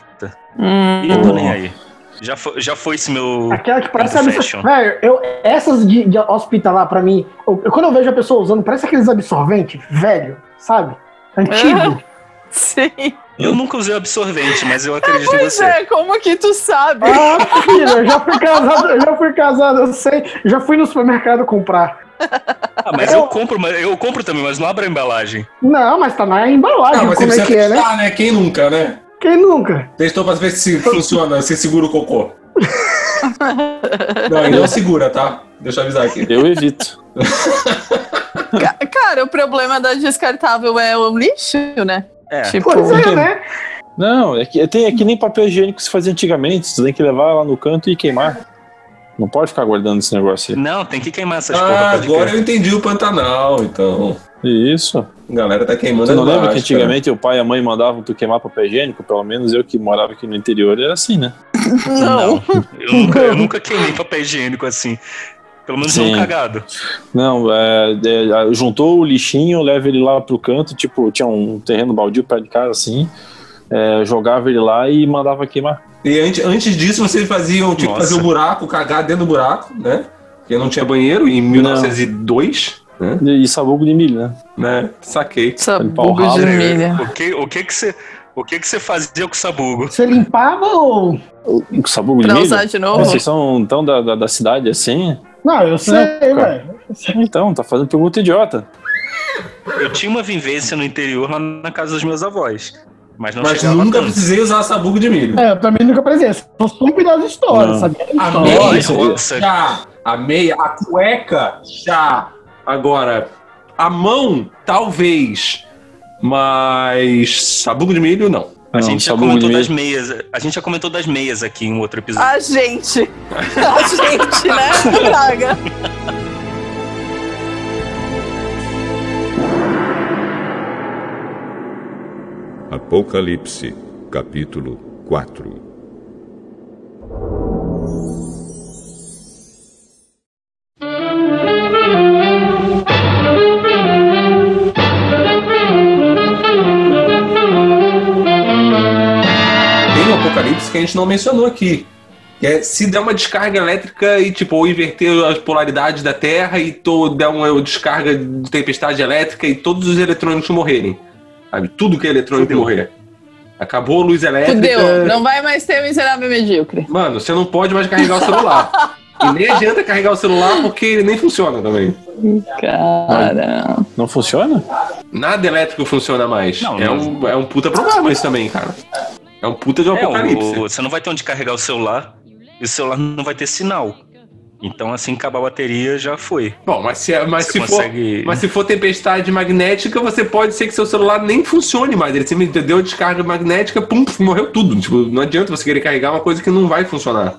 Hum, E eu tô nem aí. Já foi, já foi esse meu. Aquela que parece. Muito absor- Tipo, fashion. Velho, eu, essas de, de hospitalar pra mim. eu- eu- quando eu vejo a pessoa usando, parece aqueles absorventes, velho, sabe? Antigo. Sim. Eu nunca usei absorvente, mas eu acredito em Pois você. é, como que tu sabe? Ah, filho, eu já fui casado, eu já fui casado, eu sei. Já fui no supermercado comprar. Ah, mas eu compro, mas eu compro também, mas não abro a embalagem. Não, mas tá na embalagem, Ah, mas você como é precisa que é, né? testar, né? Quem nunca, né? Quem nunca? Testou pra ver se funciona, se segura o cocô. Não, ele não segura, tá? Deixa eu avisar aqui. Eu evito. Ca- Cara, o problema da descartável é o lixo, né? É. Tipo, Pois é, Entendi. né? Não, é que, é, tem, é que nem papel higiênico que se fazia antigamente. Você tem que levar lá no canto e queimar. Não pode ficar guardando esse negócio Não, tem que queimar essas Ah, porra. pode agora crer. eu entendi o Pantanal, então. aí. Isso. A galera tá queimando Você não as lembra que máscaras. antigamente o pai e a mãe mandavam tu queimar papel higiênico? Pelo menos eu que morava aqui no interior era assim, né? não. Eu nunca, eu nunca queimei papel higiênico assim. Pelo menos Sim. não cagado. Não, é, é, juntou o lixinho, leva ele lá pro canto, tipo, tinha um terreno baldio perto de casa, assim, é, jogava ele lá e mandava queimar. E antes, antes disso, vocês faziam, tipo, Nossa. fazer um buraco, cagar dentro do buraco, né? Porque não tinha banheiro em 1902, E, e sabugo de milho, né? né? Saquei. Essa Limpar o buga de ralo, né? milha. O que, o que que você, o que que você fazia com o sabugo? Você limpava ou. O sabugo de Pra milho? usar de novo? Vocês são tão da, da, da cidade assim? Não, eu sei, Não, cara. velho. Então, tá fazendo pergunta idiota. Eu tinha uma vivência no interior lá na casa dos meus avós, mas não Mas chegava nunca tanto. precisei usar sabugo de milho. É, eu também nunca precisei. Só soube das histórias, É Não. sabia? A Não. meia, Nossa, nossa. já. A meia, a cueca, já. Agora, a mão, talvez. Mas sabugo de milho, não. A Não, gente já sabugo de comentou milho. das meias. A gente já comentou das meias aqui em um outro episódio. A gente. A gente, né, Braga? Apocalipse, capítulo 4. Tem um apocalipse que a gente não mencionou aqui. que é se der uma descarga elétrica e, tipo, ou inverter as polaridades da Terra e to- der uma descarga de tempestade elétrica e todos os eletrônicos morrerem. Sabe? Tudo que é eletrônico morrer. Acabou a luz elétrica. Fudeu. Não vai mais ter miserável medíocre. Mano, você não pode mais carregar o celular. E nem adianta carregar o celular porque ele nem funciona também. Cara. Não funciona? Nada elétrico funciona mais. Não, é, não. Um, é um puta problema isso também, cara. É um puta de um É, apocalipse. o- você não vai ter onde carregar o celular e o celular não vai ter sinal. Então, assim que acabar a bateria, já foi. Bom, mas se, é, mas, Você se consegue- for, mas se for tempestade magnética, você pode ser que seu celular nem funcione mais. Ele simplesmente deu descarga magnética, pum, morreu tudo. Tipo, não adianta você querer carregar uma coisa que não vai funcionar.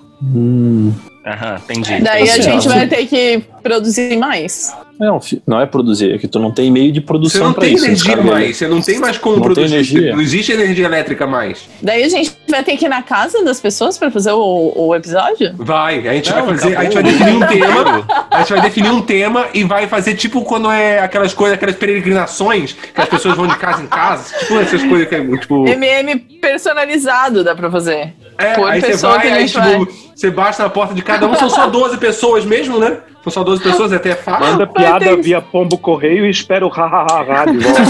Aham, entendi. Então, Daí a Assim, gente ó. vai ter que produzir mais. Não, fi- não é produzir, é que tu não tem meio de Você produção não pra tem isso. energia descarga mais, você não tem mais como Não tem produzir. energia. Não existe energia elétrica mais. Daí a gente vai ter que ir na casa das pessoas pra fazer o, o episódio? Vai, a gente Não, vai fazer, a gente vai acabou. definir um tema, a gente vai definir um tema e vai fazer tipo quando é aquelas coisas, aquelas peregrinações que as pessoas vão de casa em casa, tipo essas coisas que é, tipo MM personalizado dá pra fazer. É, Por aí você pessoa vai, que a aí, gente tipo, você bate na porta de cada um, são só 12 pessoas mesmo, né? São só 12 pessoas, é até fácil. Manda piada via pombo correio e espera o ha-ha-ha de volta.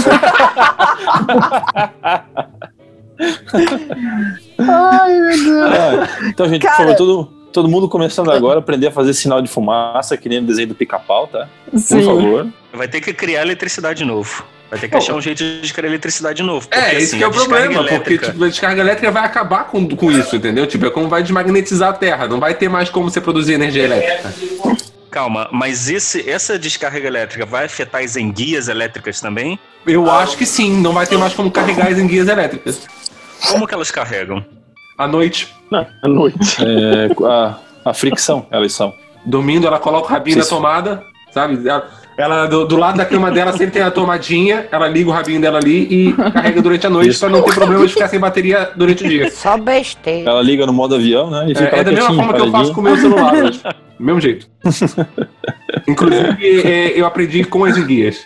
É, então, gente, Cara- por favor, todo, todo mundo começando agora, aprender a fazer sinal de fumaça, que nem o desenho do pica-pau, tá? Por favor. Vai ter que criar eletricidade de novo. Vai ter que achar um jeito de criar eletricidade de novo. É, esse assim, que é o problema, porque tipo, a descarga elétrica vai acabar com, com isso, entendeu? Tipo, é como vai desmagnetizar a Terra, não vai ter mais como você produzir energia elétrica. Calma, mas esse, essa descarga elétrica vai afetar as enguias elétricas também? Eu acho que sim, não vai ter mais como carregar as enguias elétricas. Como que elas carregam? À noite. Não, à noite. É, a, a fricção, elas são. Dormindo, ela coloca o rabinho Sim, na sim. tomada, sabe? Ela, ela- do, do lado da cama dela sempre tem a tomadinha, ela liga o rabinho dela ali e carrega durante a noite Isso. pra não ter problema de ficar sem bateria durante o dia. Só besteira. Ela liga no modo avião, né? E fica É, lá é da mesma quietinha, forma que eu faço paradinha. com o meu celular hoje. Do mesmo jeito. Inclusive, é, eu aprendi com as enguias.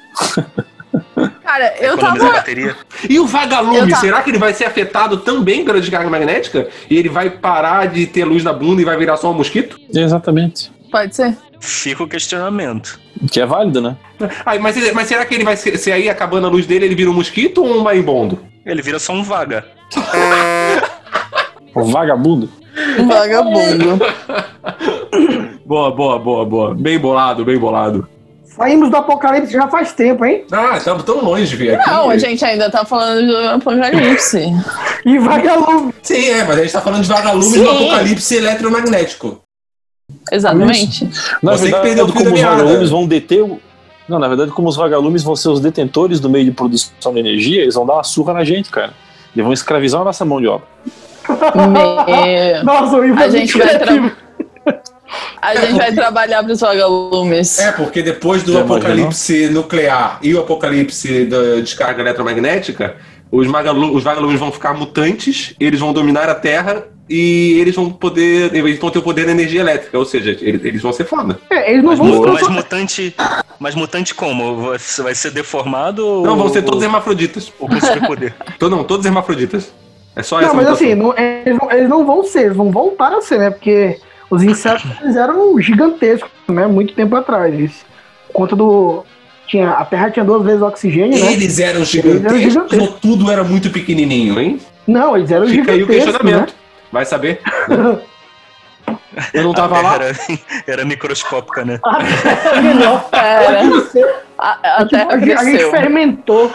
Cara, eu Economiza tava. bateria. E o vagalume, Eu tava- será que ele vai ser afetado também pela descarga magnética? E ele vai parar de ter luz na bunda e vai virar só um mosquito? Exatamente. Pode ser? Fica o questionamento. Que é válido, né? Ah, mas, ele- mas será que ele vai ser, se aí acabando a luz dele, ele vira um mosquito ou um marimbondo? Ele vira só um vaga. O vagabundo. Um vagabundo. Boa, boa, boa, boa. Bem bolado, bem bolado. Saímos do apocalipse já faz tempo, hein? Ah, estamos tão longe, velho. Não, a gente ainda tá falando do apocalipse. E vagalume. Sim, é, mas a gente tá falando de vagalumes Sim. no apocalipse eletromagnético. Exatamente. Na Você que verdade, perdeu o fio da como os meada. vagalumes vão deter o. Não, na verdade, como os vagalumes vão ser os detentores do meio de produção de energia, eles vão dar uma surra na gente, cara. Eles vão escravizar a nossa mão de obra. Meu. Nossa, o Ivan A é gente muito vai tra- criativo. A gente vai trabalhar pros vagalumes. É, porque depois do Já apocalipse nuclear e o apocalipse da descarga eletromagnética, os, magalu- os vagalumes vão ficar mutantes, eles vão dominar a Terra e eles vão poder. Eles vão ter o poder da energia elétrica, ou seja, eles, eles vão ser foda. É, eles não Mas, vão mu- mas transformar- mutante. Mas mutante como? Vai ser- vai ser deformado ou. Não, vão ser todos hermafroditas. ou com superpoder? Tô, não, todos hermafroditas. É só essa Não, mas mutação. assim, não- é, eles, não, eles não vão ser, eles vão voltar a ser, né? Porque os insetos eles eram gigantescos, né? Muito tempo atrás. Isso. Por conta do. Tinha, a Terra tinha duas vezes o oxigênio, né? Eles eram Eles gigantescos eram ou tudo era muito pequenininho, hein? Não, eles eram Fica aí o gigantescos. questionamento. Vai saber. né? Eu não tava A lá. Terra Era, era microscópica, Ah, né? Não, Cara, a gente cresceu, É. a, a Terra a gente- Uhum. a gente cresceu. fermentou.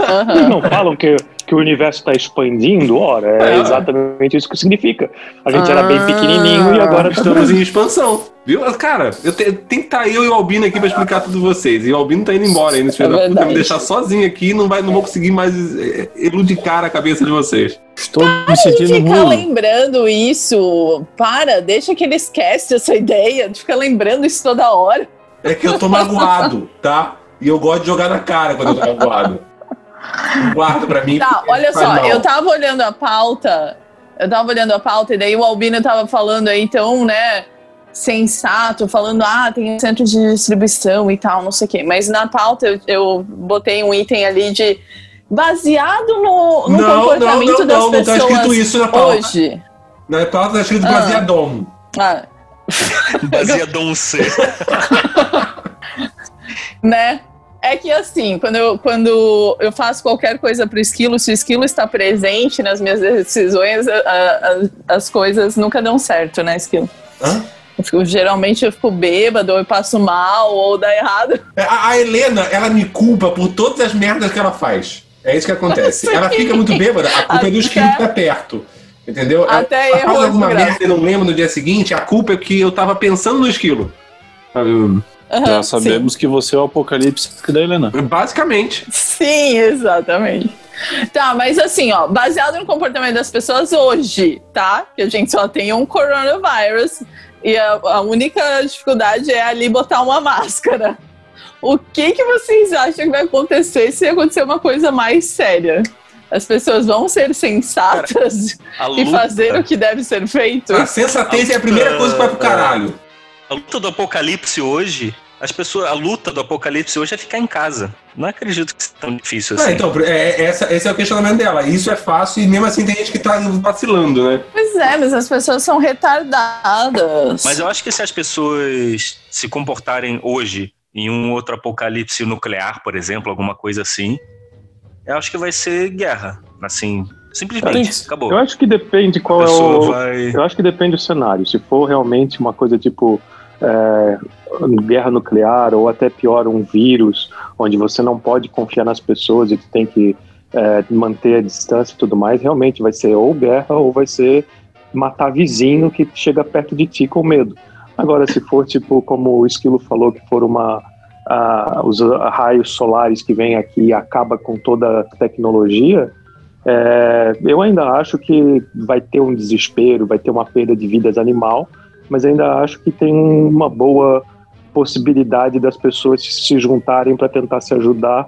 Aham. Vocês não falam que, que o universo está expandindo? Ora, é exatamente isso que significa. A gente era bem pequenininho e agora tá Estamos em expansão. Viu? Cara, eu te- tem que estar eu e o Albino aqui pra explicar tudo pra vocês. E o Albino tá indo embora ainda. Se É vai verdade. me deixar sozinho aqui, não, vai, não vou conseguir mais é, eludicar a cabeça de vocês. Estou me sentindo Ficar Uhum. burro. lembrando isso, para, deixa que ele esquece essa ideia de ficar lembrando isso toda hora. É que eu tô magoado, tá? E eu gosto de jogar na cara quando eu tô magoado. Guardo pra mim. Tá, porque olha faz só, mal. eu tava olhando a pauta, eu tava olhando a pauta e daí o Albino tava falando aí tão, né, sensato, falando, ah, tem centro de distribuição e tal, não sei o quê. Mas na pauta eu, eu botei um item ali de baseado no, Não, no não, um comportamento não, das não, não tá pessoas escrito isso na pauta. hoje. Na pauta tá escrito Ah. baseadom. Ah, Baseado um C. né? É que assim, quando eu, quando eu faço qualquer coisa pro esquilo, se o esquilo está presente nas minhas decisões, a- a- a- as coisas nunca dão certo, né, esquilo? Hã? Eu fico- geralmente eu fico bêbado, ou eu passo mal, ou dá errado. É, A, a Helena, ela me culpa por todas as merdas que ela faz. É isso que acontece. Sim. Ela fica muito bêbada, a culpa é do esquilo que tá perto. Entendeu? Ela- Até ela erro faz é alguma desgraça. merda e não lembra no dia seguinte, a culpa é que eu tava pensando no esquilo. Aham, Já sabemos que você é o apocalipse que da Helena. Basicamente. Sim. Sim, exatamente. Tá, mas assim, ó, baseado no comportamento das pessoas hoje, tá? Que a gente só tem um coronavírus e a, a única dificuldade é ali botar uma máscara. O que, que vocês acham que vai acontecer se acontecer uma coisa mais séria? As pessoas vão ser sensatas A e luta, Ah. fazer o que deve ser feito? A sensatez é a primeira coisa que vai pro caralho. a luta do apocalipse hoje. As pessoas, a luta do apocalipse hoje é ficar em casa. Não acredito que seja tão difícil assim. Ah, então, é- é- essa- esse é o questionamento dela. Isso é fácil e mesmo assim tem gente que tá vacilando, né? Pois é, mas as pessoas são retardadas. Mas eu acho que se as pessoas se comportarem hoje em um outro apocalipse nuclear, por exemplo, alguma coisa assim, eu acho que vai ser guerra. Assim, simplesmente, Tem- acabou. Eu acho que depende qual a é pessoa o. vai. Eu acho que depende do cenário. Se for realmente uma coisa tipo é, guerra nuclear ou até pior, um vírus, onde você não pode confiar nas pessoas e tu tem que é, manter a distância e tudo mais, realmente vai ser ou guerra ou vai ser matar vizinho que chega perto de ti com medo. Agora, se for tipo como o Esquilo falou, que for uma ah, os raios solares que vêm aqui e acaba com toda a tecnologia, é, eu ainda acho que vai ter um desespero, vai ter uma perda de vidas animal, mas ainda acho que tem uma boa possibilidade das pessoas se juntarem para tentar se ajudar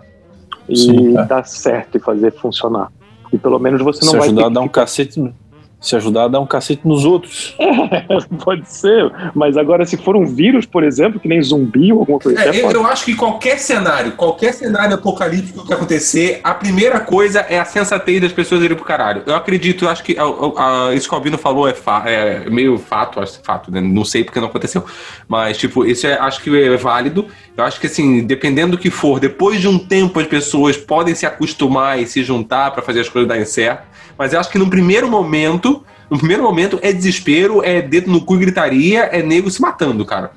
e Sim, é. dar certo e fazer funcionar. E pelo menos você não Se vai ajudar a ter dar que um cacete. no- Se ajudar a dar um cacete nos outros. Pode ser, mas agora se for um vírus, por exemplo, que nem zumbi ou alguma coisa É, assim, eu, pode- eu acho que qualquer cenário, qualquer cenário apocalíptico que acontecer, a primeira coisa é a sensatez das pessoas irem pro caralho. Eu acredito, eu acho que a, a- a- isso que o Albino falou é, fa- é meio fato, acho que fato, né? Não sei porque não aconteceu. Mas, tipo, isso é- acho que é válido. Eu acho que, assim, dependendo do que for, depois de um tempo as pessoas podem se acostumar e se juntar pra fazer as coisas darem certo. Mas eu acho que no primeiro momento, no primeiro momento é desespero, é dedo no cu e gritaria, é nego se matando, cara.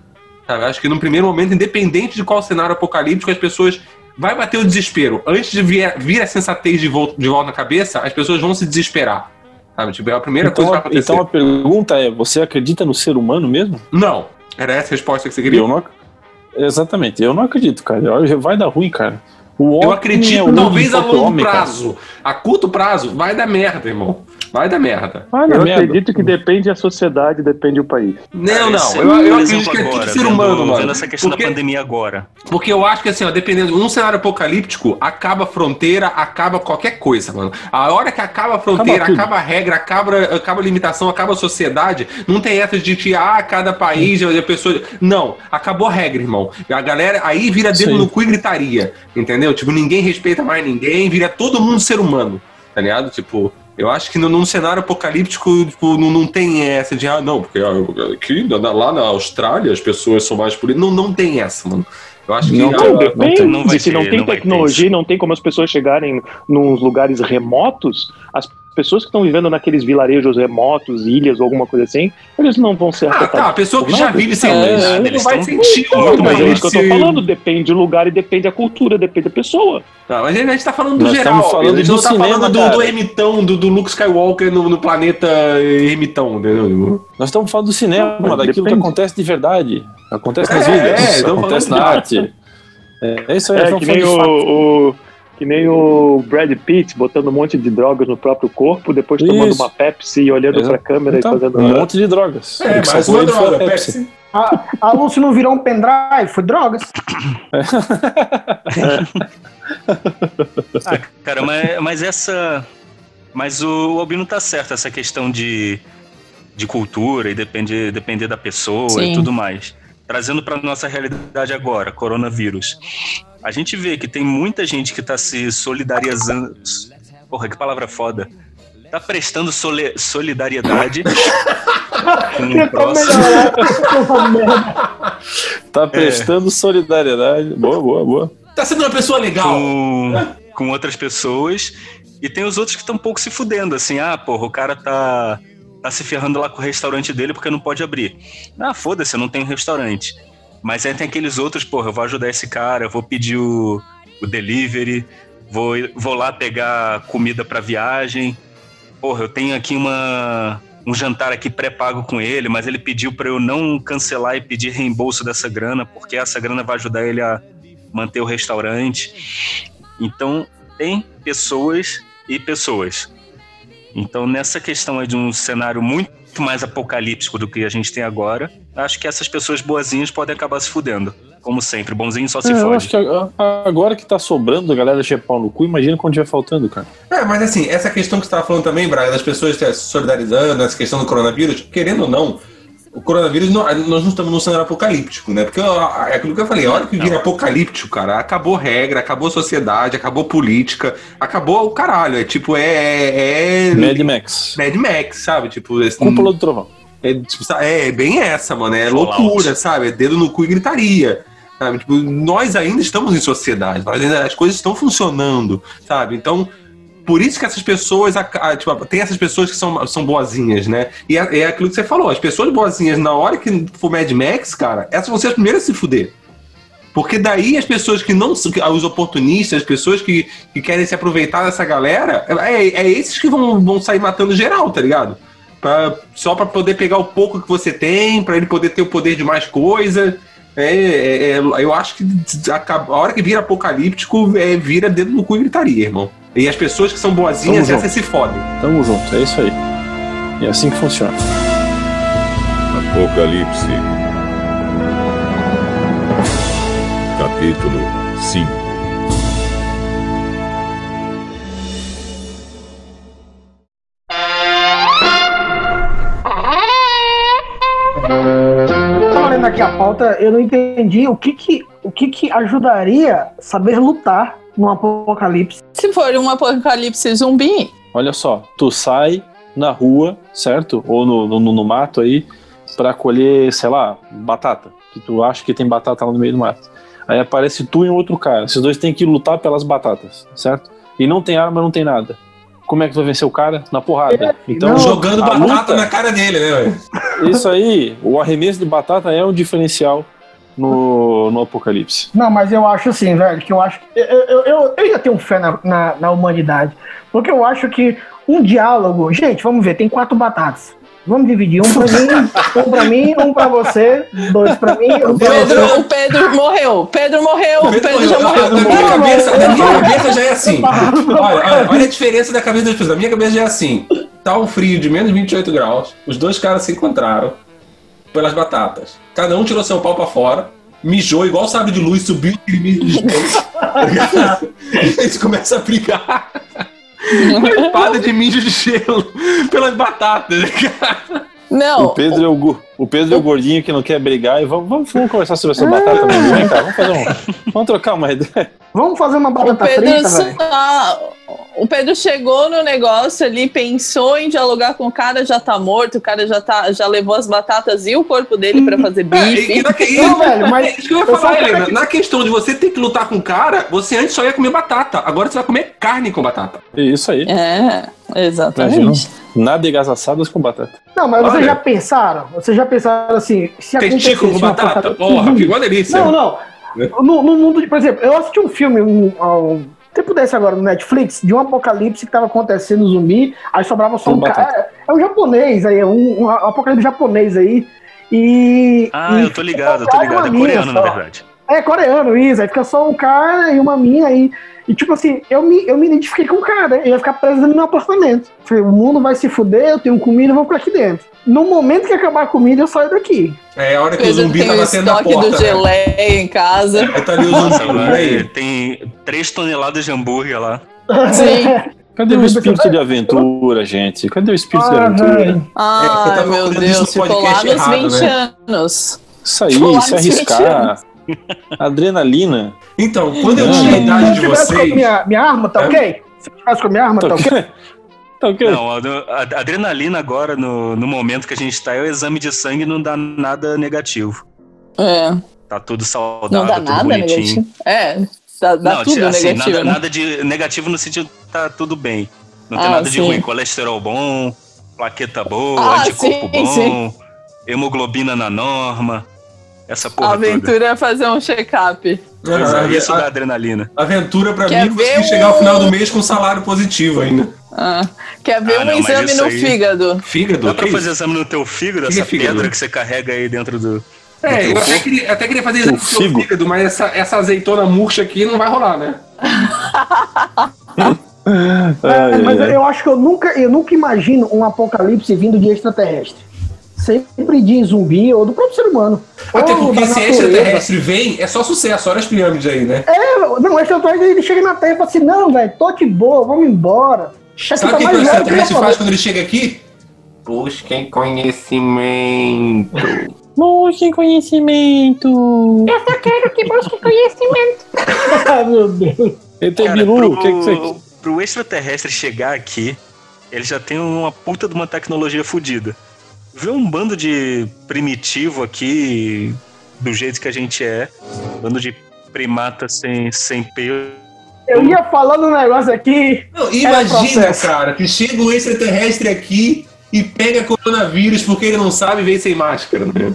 Sabe? Acho que no primeiro momento, independente de qual cenário apocalíptico, as pessoas. Vai bater o desespero. Antes de vir, vir a sensatez de volta, de volta na cabeça, as pessoas vão se desesperar. Sabe? Tipo, é a primeira Então, coisa que a- vai acontecer. então a pergunta é: você acredita no ser humano mesmo? Não. Era essa a resposta que você queria? Eu não ac- Exatamente, eu não acredito, cara. Eu- Vai dar ruim, cara. O homem Eu é acredito, o talvez a único longo homem, cara. prazo. A curto prazo, vai dar merda, irmão. Vai dar merda. Vai na eu merda. acredito que depende da sociedade, depende do país. Não, não. Esse- Eu, eu por acredito exemplo, que é tudo agora, ser vendo- humano, mano. Vendo essa questão Porque- da pandemia agora. Porque eu acho que assim, ó, dependendo, num cenário apocalíptico, acaba a fronteira, acaba qualquer coisa, mano. A hora que acaba a fronteira, Acaba tudo. acaba, a regra, acaba, acaba a limitação, acaba a sociedade, não tem essa de que, ah, cada país, a pessoa. Não, acabou a regra, irmão. A galera aí vira dedo Sim. no cu e gritaria, entendeu? Tipo, ninguém respeita mais ninguém, vira todo mundo ser humano, tá ligado? Tipo. Eu acho que no- num cenário apocalíptico, tipo, não, não tem essa de, ah, não, porque ah, aqui, na- lá na Austrália as pessoas são mais polidas. Não, não tem essa, mano. Eu acho que ah, Não a- tem, Não, Não, depende. tem- não vai se não ter, tem não vai ter tecnologia, não tem como as pessoas chegarem nos lugares remotos, as pessoas que estão vivendo naqueles vilarejos remotos, ilhas ou alguma coisa assim, eles não vão ser Ah, tá. A afetados. pessoa que já vive sem É, luz não eles vai estão sentir Não, muito mas é mais. isso que eu tô falando, depende do lugar e depende da cultura, depende da pessoa. Tá, mas a gente tá falando do Nós geral. estamos falando a gente do não tá cinema, falando do, cara. do ermitão, do, do Luke Skywalker no, no planeta ermitão, entendeu? Nós estamos falando do cinema, Não, daquilo depende. que acontece de verdade. Acontece nas É, vidas, é, estamos acontece na falando arte. É, é isso aí, É, nós que estamos nem falando de fato. o, o- que nem o Brad Pitt botando um monte de drogas no próprio corpo, depois tomando Isso. uma Pepsi e olhando Exato. pra câmera Então, e fazendo. um monte de drogas. É, O que salvou ele foi a Tá Pepsi. A, a Lúcia não virou um pendrive, foi drogas. Cara, mas, mas essa. Mas o Albino tá certo, essa questão de, de cultura e depende, depender da pessoa Sim. e tudo mais. Trazendo para nossa realidade agora, coronavírus. A gente vê que tem muita gente que tá se solidarizando. Porra, que palavra foda. Tá prestando sole- solidariedade com o Tentou próximo. melhorar. Essa merda. Tá É. prestando solidariedade. Boa, boa, boa. Tá sendo uma pessoa legal. com, com outras pessoas. E tem os outros que estão um pouco se fudendo, assim, ah, porra, o cara tá, tá se ferrando lá com o restaurante dele porque não pode abrir. Ah, foda-se, eu não tenho restaurante. Mas aí tem aqueles outros, porra, eu vou ajudar esse cara, eu vou pedir o, o delivery, vou, vou lá pegar comida pra viagem. Porra, eu tenho aqui uma, um jantar aqui pré-pago com ele, mas ele pediu pra eu não cancelar e pedir reembolso dessa grana, porque essa grana vai ajudar ele a manter o restaurante. Então, tem pessoas e pessoas. Então, nessa questão aí de um cenário muito mais apocalíptico do que a gente tem agora, acho que essas pessoas boazinhas podem acabar se fudendo. Como sempre, bonzinho só se É, eu fode. acho que a- a- agora que tá sobrando a galera cheia pau no cu, imagina quando tiver faltando, cara. É, mas assim, essa questão que você tava falando também, Braga, das pessoas se solidarizando, essa questão do coronavírus, querendo ou não, o coronavírus, não- nós não estamos num cenário apocalíptico, né? Porque ó, é aquilo que eu falei, a hora que vira apocalíptico, cara, acabou regra, acabou sociedade, acabou política, acabou o caralho. É tipo, é. é, é- Mad Max. Mad Max, sabe? Tipo, esse- Cúpula do Trovão. é, tipo, sa- é bem essa, mano. É Fallout. loucura, sabe? É dedo no cu e gritaria. Sabe? Tipo, nós ainda estamos em sociedade, nós ainda- as coisas estão funcionando, sabe? Então, por isso que essas pessoas. ac- ah, tipo, tem essas pessoas que são, são boazinhas, né? E é, é aquilo que você falou, as pessoas boazinhas, na hora que for Mad Max, cara, essas vão ser as primeiras a se fuder. Porque daí as pessoas que não são. que- ah, Os oportunistas, as pessoas que, que querem se aproveitar dessa galera, é, é esses que vão, vão sair matando geral, tá ligado? Pra, só para poder pegar o pouco que você tem, para ele poder ter o poder de mais coisa. É, é, é, eu acho que a, a hora que vira apocalíptico, é, vira dedo no cu e gritaria, irmão. E as pessoas que são boazinhas, Tamo essas se fodem. Tamo junto, é isso aí. E é assim que funciona. Apocalipse. Capítulo 5 Só tá lendo aqui a pauta, eu não entendi o que que, o que, que ajudaria saber lutar num apocalipse. Se for um apocalipse zumbi, Olha só, tu sai na rua, certo? Ou no, no, no mato aí, pra colher, sei lá, batata. Que tu acha que tem batata lá no meio do mato. Aí aparece tu e um outro cara. Esses dois têm que lutar pelas batatas, certo? E não tem arma, não tem nada. Como é que tu vai vencer o cara? Na porrada. Então, não. É, Jogando a batata luta- na cara dele, né, velho? Isso aí, o arremesso de batata é um diferencial no, no apocalipse. Não, mas eu acho assim, velho, que eu acho. Eu, eu, eu, eu ia ter um fé na, na, na humanidade. Porque eu acho que um diálogo. Gente, vamos ver, tem quatro batatas. Vamos dividir um pra mim, um pra mim, um pra você, dois pra mim, um pra você. Pedro, o Pedro morreu. Pedro morreu. O Pedro, já morreu. Na minha Não, cabeça, não, na não. minha cabeça já é assim. Olha, olha, olha a diferença da cabeça das pessoas. Na minha cabeça já é assim. Tá um frio de menos 28 graus. Os dois caras se encontraram pelas batatas. Cada um tirou seu pau pra fora. Mijou igual sabre de luz, subiu e mijou. Eles começam a brigar. Uma espada de mijo de gelo pelas batatas. O Não, Pedro, é o, go- o Pedro é o gordinho que não quer brigar e vamos, vamos, vamos conversar sobre essa batata, meu Vem cá, vamos fazer um. Vamos trocar uma ideia. Vamos fazer uma o batata Pedro tá frita, velho. só, o Pedro chegou no negócio ali, pensou em dialogar com o cara, já tá morto, o cara já, tá, já levou as batatas e o corpo dele pra fazer É, E, e bife. na, que- Não, velho, É mas isso que eu ia Eu sou um falar, cara Helena. Na questão de você ter que lutar com o cara, você antes só ia comer batata. Agora você vai comer carne com batata. É Isso aí. É, exatamente. Nádegas assadas com batata. Não, mas vocês Olha. já pensaram? Vocês já pensaram assim, se Testículo com acontecesse uma batata. apocalipse Porra, zumbi? que uma delícia. Uhum. Não, não. No, no mundo de, por exemplo, eu assisti um filme, um, um tempo desse agora no Netflix, de um apocalipse que tava acontecendo zumbi, aí sobrava só Com um cara. É um japonês aí, é um, um apocalipse japonês aí. E. Ah, e eu tô ligado, eu tô só ligado. uma É mina coreano, na só. verdade. É coreano, isso. Aí fica só um cara e uma mina aí. E tipo assim, eu me, eu me identifiquei com o cara. Eu ia ficar preso no meu apartamento. Falei, o mundo vai se fuder, eu tenho comida, eu vou ficar aqui dentro. No momento que acabar a comida, eu saio daqui. É a hora O que o Pedro zumbi tem tá o batendo na um estoque porta. do né? geleia em casa. Aí tá ali o Nossa, zumbi. lá, é, Peraí. tem 3 toneladas de hambúrguer lá. É, Sim. Cadê o um espírito de aventura, gente? Cadê o espírito de Ah, aventura? velho. É, você Ai, tá meu colocando isso no Deus, ficou lá podcast nos errado, 20 né? anos. Isso aí, Olá, se arriscar. Adrenalina. Então, quando eu Não. tinha a Se eu idade de tivesse com a vocês. minha, minha arma, tá É. ok? Se eu tivesse com a minha arma, tá Tá ok? ok? Tá ok? Não, a, a- a adrenalina agora, no, no momento que a gente tá, é o exame de sangue não dá nada negativo. É, Tá tudo saudável, não dá tudo nada bonitinho. negativo. É, dá, dá não, tudo assim, negativo. nada, né? nada de negativo no sentido tá tudo bem. Não tem Ah, nada de sim. ruim. Colesterol bom, plaqueta boa, Ah, anticorpo sim, bom, hemoglobina na norma. Essa porra toda. Aventura é fazer um check-up. Pois é, isso Ah, dá adrenalina. a- Aventura pra Quer mim, você ver que o- chegar ao final do mês com salário positivo ainda. Ah, quer ver Ah, um não, mas exame isso no aí- fígado? Fígado? Dá pra que fazer exame no teu fígado, Que que é essa fígado? pedra que você carrega aí dentro do. É, eu até queria, até queria fazer exame O do seu figo. fígado, mas essa, essa azeitona murcha aqui não vai rolar, né? Ai, É, mas ai, ai. eu acho que eu nunca, eu nunca imagino um apocalipse vindo de extraterrestre. Sempre de zumbi ou do próprio ser humano. Até Ou porque da se natureza. extraterrestre vem, é só sucesso. Olha as pirâmides aí, né? É, não, o extraterrestre ele chega na Terra e fala assim: não, velho, tô de boa, vamos embora. Você Sabe tá o que, que mais o velho extraterrestre que eu, faz quando ele chega aqui? Busquem conhecimento. Busquem conhecimento. Ah, meu Deus. Ele tem Cara, bilu, pro, o que que você. pro extraterrestre chegar aqui, ele já tem uma puta de uma tecnologia fodida. Ver um bando de primitivo aqui, do jeito que a gente é, bando de primata sem, sem pelo. Eu ia falando um negócio aqui. Não, É imagina, processo. cara, que chega um extraterrestre aqui e pega coronavírus porque ele não sabe e vem sem máscara. né?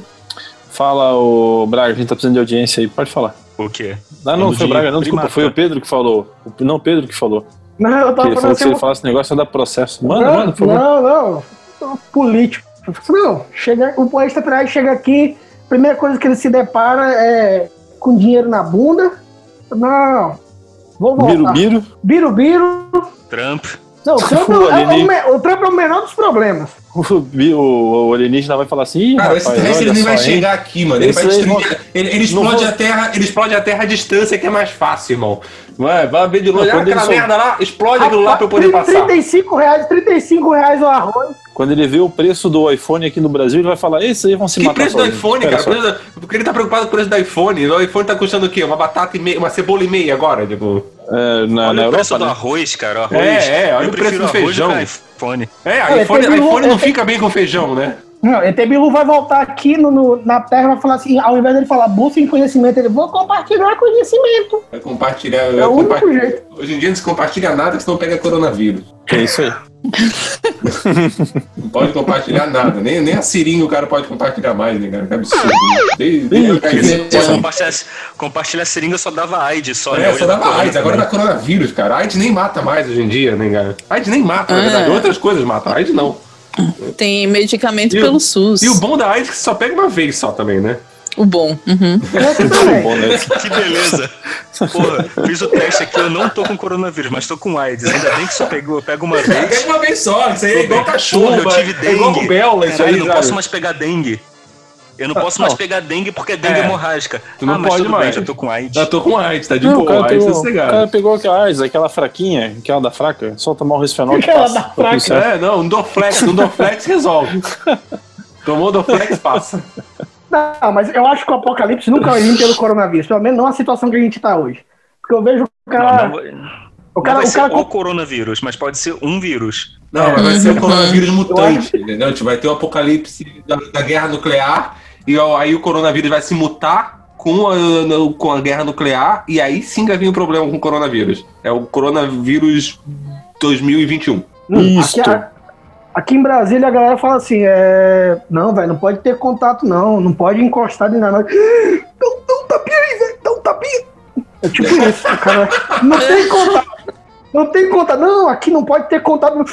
Fala, o Braga, a gente tá precisando de audiência aí, pode falar. O quê? Ah, não, É Bando foi o de Braga, não, desculpa, primata. foi o Pedro que falou. O- Não, o Pedro que falou. Não, eu Que tava ele falou falando que se assim. ele falasse negócio ia dar processo. Manda, não, manda, por favor. não, não. político. Não, chega, o poeta pirata chega aqui, a primeira coisa que ele se depara é com dinheiro na bunda. Não, vou voltar. Birubiru, Birubiru. Trump. Não, o Trump, é, o- é o, me- o Trump é o menor dos problemas. o, bi- o, o alienígena vai falar assim, Ih, Cara, rapaz, esse terrestre ele olha nem vai só, hein? chegar aqui, mano. Ele Esse vai aí destruir. não- Ele, ele não explode vou- a terra, ele explode a terra à distância, que é mais fácil, irmão. Vai, vai ver de longe. Não, Ah, quando aquela ele só- merda lá, explode aquilo lá pra eu poder Trin- passar. 35 reais, 35 reais o arroz. Quando ele vê o preço do iPhone aqui no Brasil, ele vai falar, esses aí vão se Que matar preço do sozinhos. iPhone, cara? Espera só. é, Preço da- Porque ele tá preocupado com o preço do iPhone. O iPhone tá custando o quê? Uma batata e meia, uma cebola e meia agora, tipo. É, na, na Olha o preço Europa, do né? arroz, cara. o arroz. É, é, olha eu o preço prefiro do arroz feijão. que iPhone. É, Ah, iPhone, teve um- iPhone não teve- fica bem com feijão, né? Não, ET Bilu vai voltar aqui no, no- na Terra e vai falar assim, ao invés dele falar busca em conhecimento, ele vou compartilhar conhecimento. Vai compartilhar. É o compa- único jeito. Hoje em dia não se compartilha nada, senão pega coronavírus. É isso aí. Não pode compartilhar nada. Nem, nem a seringa o cara pode compartilhar mais, né, cara? Que absurdo. Desde, desde, Porque se desde, se compartilhasse- compartilhar seringa só dava AIDS. Só, né? É, Hoje só dá dava corona AIDS, agora dá também. coronavírus, cara. AIDS nem mata mais hoje em dia, né, cara? AIDS nem mata, na É. verdade. Outras coisas matam, AIDS não. Tem medicamento E o- pelo SUS. E o bom da AIDS é que só pega uma vez só também, né? O bom. Uhum. Eu também. Bom, né? Que beleza. Porra, fiz o teste aqui, eu não tô com coronavírus, mas tô com AIDS. Ainda bem que só pegou, pega uma vez. Pega uma vez só, isso aí é igual cachorro, Porra, eu tive é igual dengue. rubéola, isso Caralho, aí, eu não sabe? posso mais pegar dengue. Eu não Ah, posso mais pegar dengue porque é dengue É. hemorrágica. Tu não ah, mas pode tudo bem, mais. já tô com AIDS. Eu tô com AIDS, tá de Não, o boa, cara, AIDS tá pegou, o cara sossegado. pegou aquela AIDS, aquela fraquinha, aquela da fraca, só tomar o resfenol que Aquela passa. da Tá tudo fraca, certo. É, não, um Dorflex, um Dorflex resolve. Tomou Dorflex, passa. Não, mas eu acho que o apocalipse nunca vai vir pelo coronavírus, pelo menos não a situação que a gente tá hoje. Porque eu vejo o Ah, Não, cara. não vai- o não cara, vai o ser cara o coronavírus, mas pode ser um vírus. Não, mas vai ser Uhum. o coronavírus mutante, entendeu? A gente vai ter o apocalipse da, da guerra nuclear e ó, aí o coronavírus vai se mutar com a, no- com a guerra nuclear e aí sim vai vir o problema com o coronavírus. É o coronavírus 2021. Não, Isto. Hum, Aqui, a- aqui em Brasília a galera fala assim: é, não, velho, não pode ter contato, não, não pode encostar nem nada. Dá um- dá um tapinha aí, velho, dá um tapinha. É tipo isso, o cara. Não tem contato. Não tem contato. Não, aqui não pode ter contato.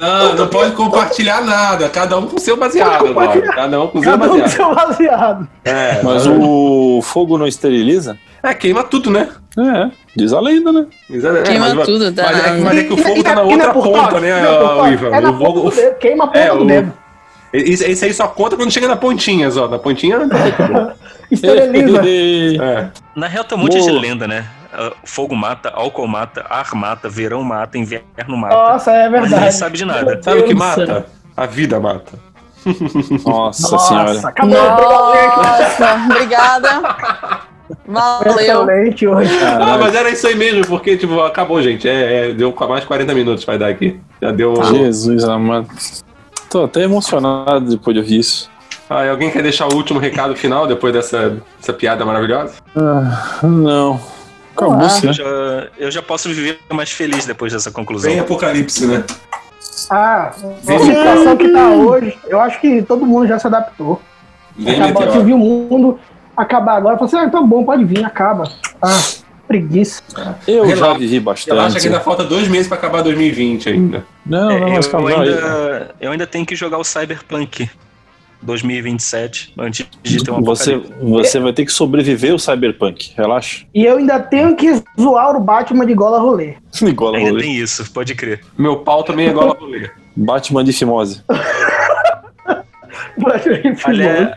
Ah, não pode compartilhar nada, cada um com seu baseado Pode compartilhar. agora. Cada um com seu Cada um com baseado. seu baseado. É, Mas o fogo não esteriliza? é, queima tudo, né? É, diz a lenda, né? Mas é- é, Queima mas- tudo, tá? Mas é, que- mas é que o E- fogo e tá na e outra por ponta, fora? né, E na por fora? Ivan? É na O ponta fogo- do dedo, queima a ponta É, do o- dedo. Isso, isso aí só conta quando chega na pontinha, só. Na pontinha. Esteriliza. É. Na real, tem um monte de Boa. lenda, né? Ah, Fogo mata, álcool mata, ar mata, verão mata, inverno Ah, mata. Nossa, é Mas ninguém verdade. sabe de nada. Sabe o que Deus do céu. mata? A vida mata. Nossa, senhora. acabou. Nossa, obrigada. Valeu. Excelente hoje. Ah, Caralho, mas era isso aí mesmo, porque, tipo, acabou, gente. É, é, deu mais 40 minutos, vai dar aqui. Já deu. Jesus amado. Tô até emocionado depois de ouvir isso. Ah, e alguém quer deixar o último recado final depois dessa, dessa piada maravilhosa? Ah. Não. Acabou, Eu sim. já, eu já posso viver mais feliz depois dessa conclusão. apocalipse, né? Ah, Vem a situação que tá hoje, eu acho que todo mundo já se adaptou. Vem, Acabou, se viu o mundo acabar agora, falou assim, ah, então bom, pode vir, acaba. Ah, preguiça. Eu já Relaxa. vivi Relaxa bastante. que ainda falta dois meses pra acabar 2020 ainda. Não, não, É, mas eu, calma aí. ainda, eu ainda tenho que jogar o Cyberpunk 2027 antes de ter um uma Você, você vai ter que sobreviver o Cyberpunk. Relaxa. E eu ainda tenho que zoar o Batman de gola rolê. Igual a Ainda rolê. tem isso, pode crer. Meu pau também é igual a rolê. Batman de Fimose. Batman de filme. Aliás,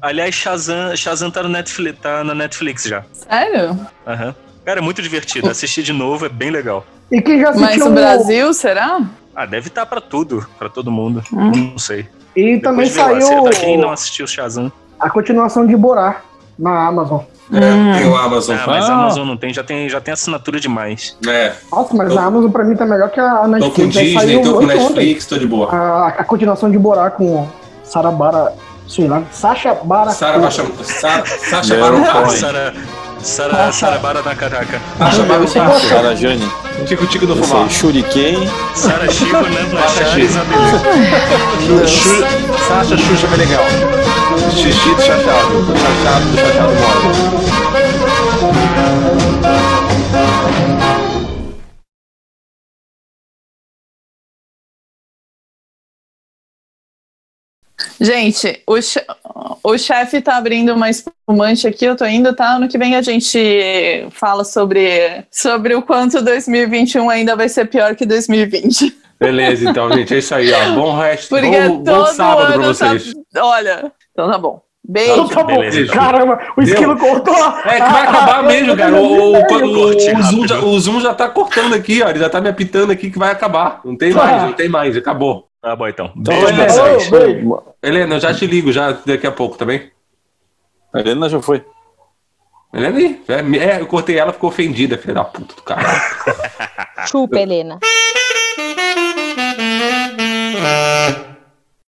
aliás Shazam, Shazam tá, no Netflix, tá na Netflix já. Sério? Aham. Cara, é muito divertido. Assistir de novo é bem legal. E quem já Mas assistiu o o- Brasil, será? Ah, deve estar tá pra tudo, pra todo mundo. Não sei. Hum. E também Depois vê lá, se- saiu Pra quem tá não assistiu Shazam. a continuação de Borá na Amazon. Hum. tem o Amazon. Ah, mas Ah. a Amazon não tem, já tem, já tem assinatura demais. É, Nossa, mas Tô- a Amazon pra mim tá melhor que a Netflix. Já saiu ontem, ontem. tô de boa. A, a continuação de Borá com Sara Bara, sei lá, Sasha Bara. Sara, Sasha Não, Baron Ah, Cohen. Sara, Sara, Sara Bara na Caraca. Sasha Baron Cara, Jane. Tico-tico do Eu sei, Shuriken. Sara Chico, Nanda Sara Chaves, Chico. Isabelina. Xuxa, Sasha Xuxa é legal. Xixi do chachado. Chachado do chachado mole. Gente, o, che- o chefe tá abrindo uma espumante aqui, eu tô indo, tá? Ano que vem a gente fala sobre, sobre o quanto 2021 ainda vai ser pior que 2020. Beleza, então, gente. É isso aí, ó. Bom resto. Porque Bom, todo bom sábado pra ano tá- vocês. Olha, então tá bom. Então Beijo. tá bom. Beleza. Caramba, o Deu. esquilo cortou. É, que vai acabar mesmo, cara. O, o, o- o Corte zoom rápido. já, o Zoom já tá cortando aqui, ó. Ele já tá me apitando aqui que vai acabar. Não tem mais, não tem mais. Acabou. Tá bom, então. Então, Beijo, olha, pessoal. beijo. Helena, eu já te ligo já daqui a pouco, tá bem? a Helena já foi. Helena aí. É, é, eu cortei ela, ficou ofendida, filha da puta do caralho. Chupa, Helena.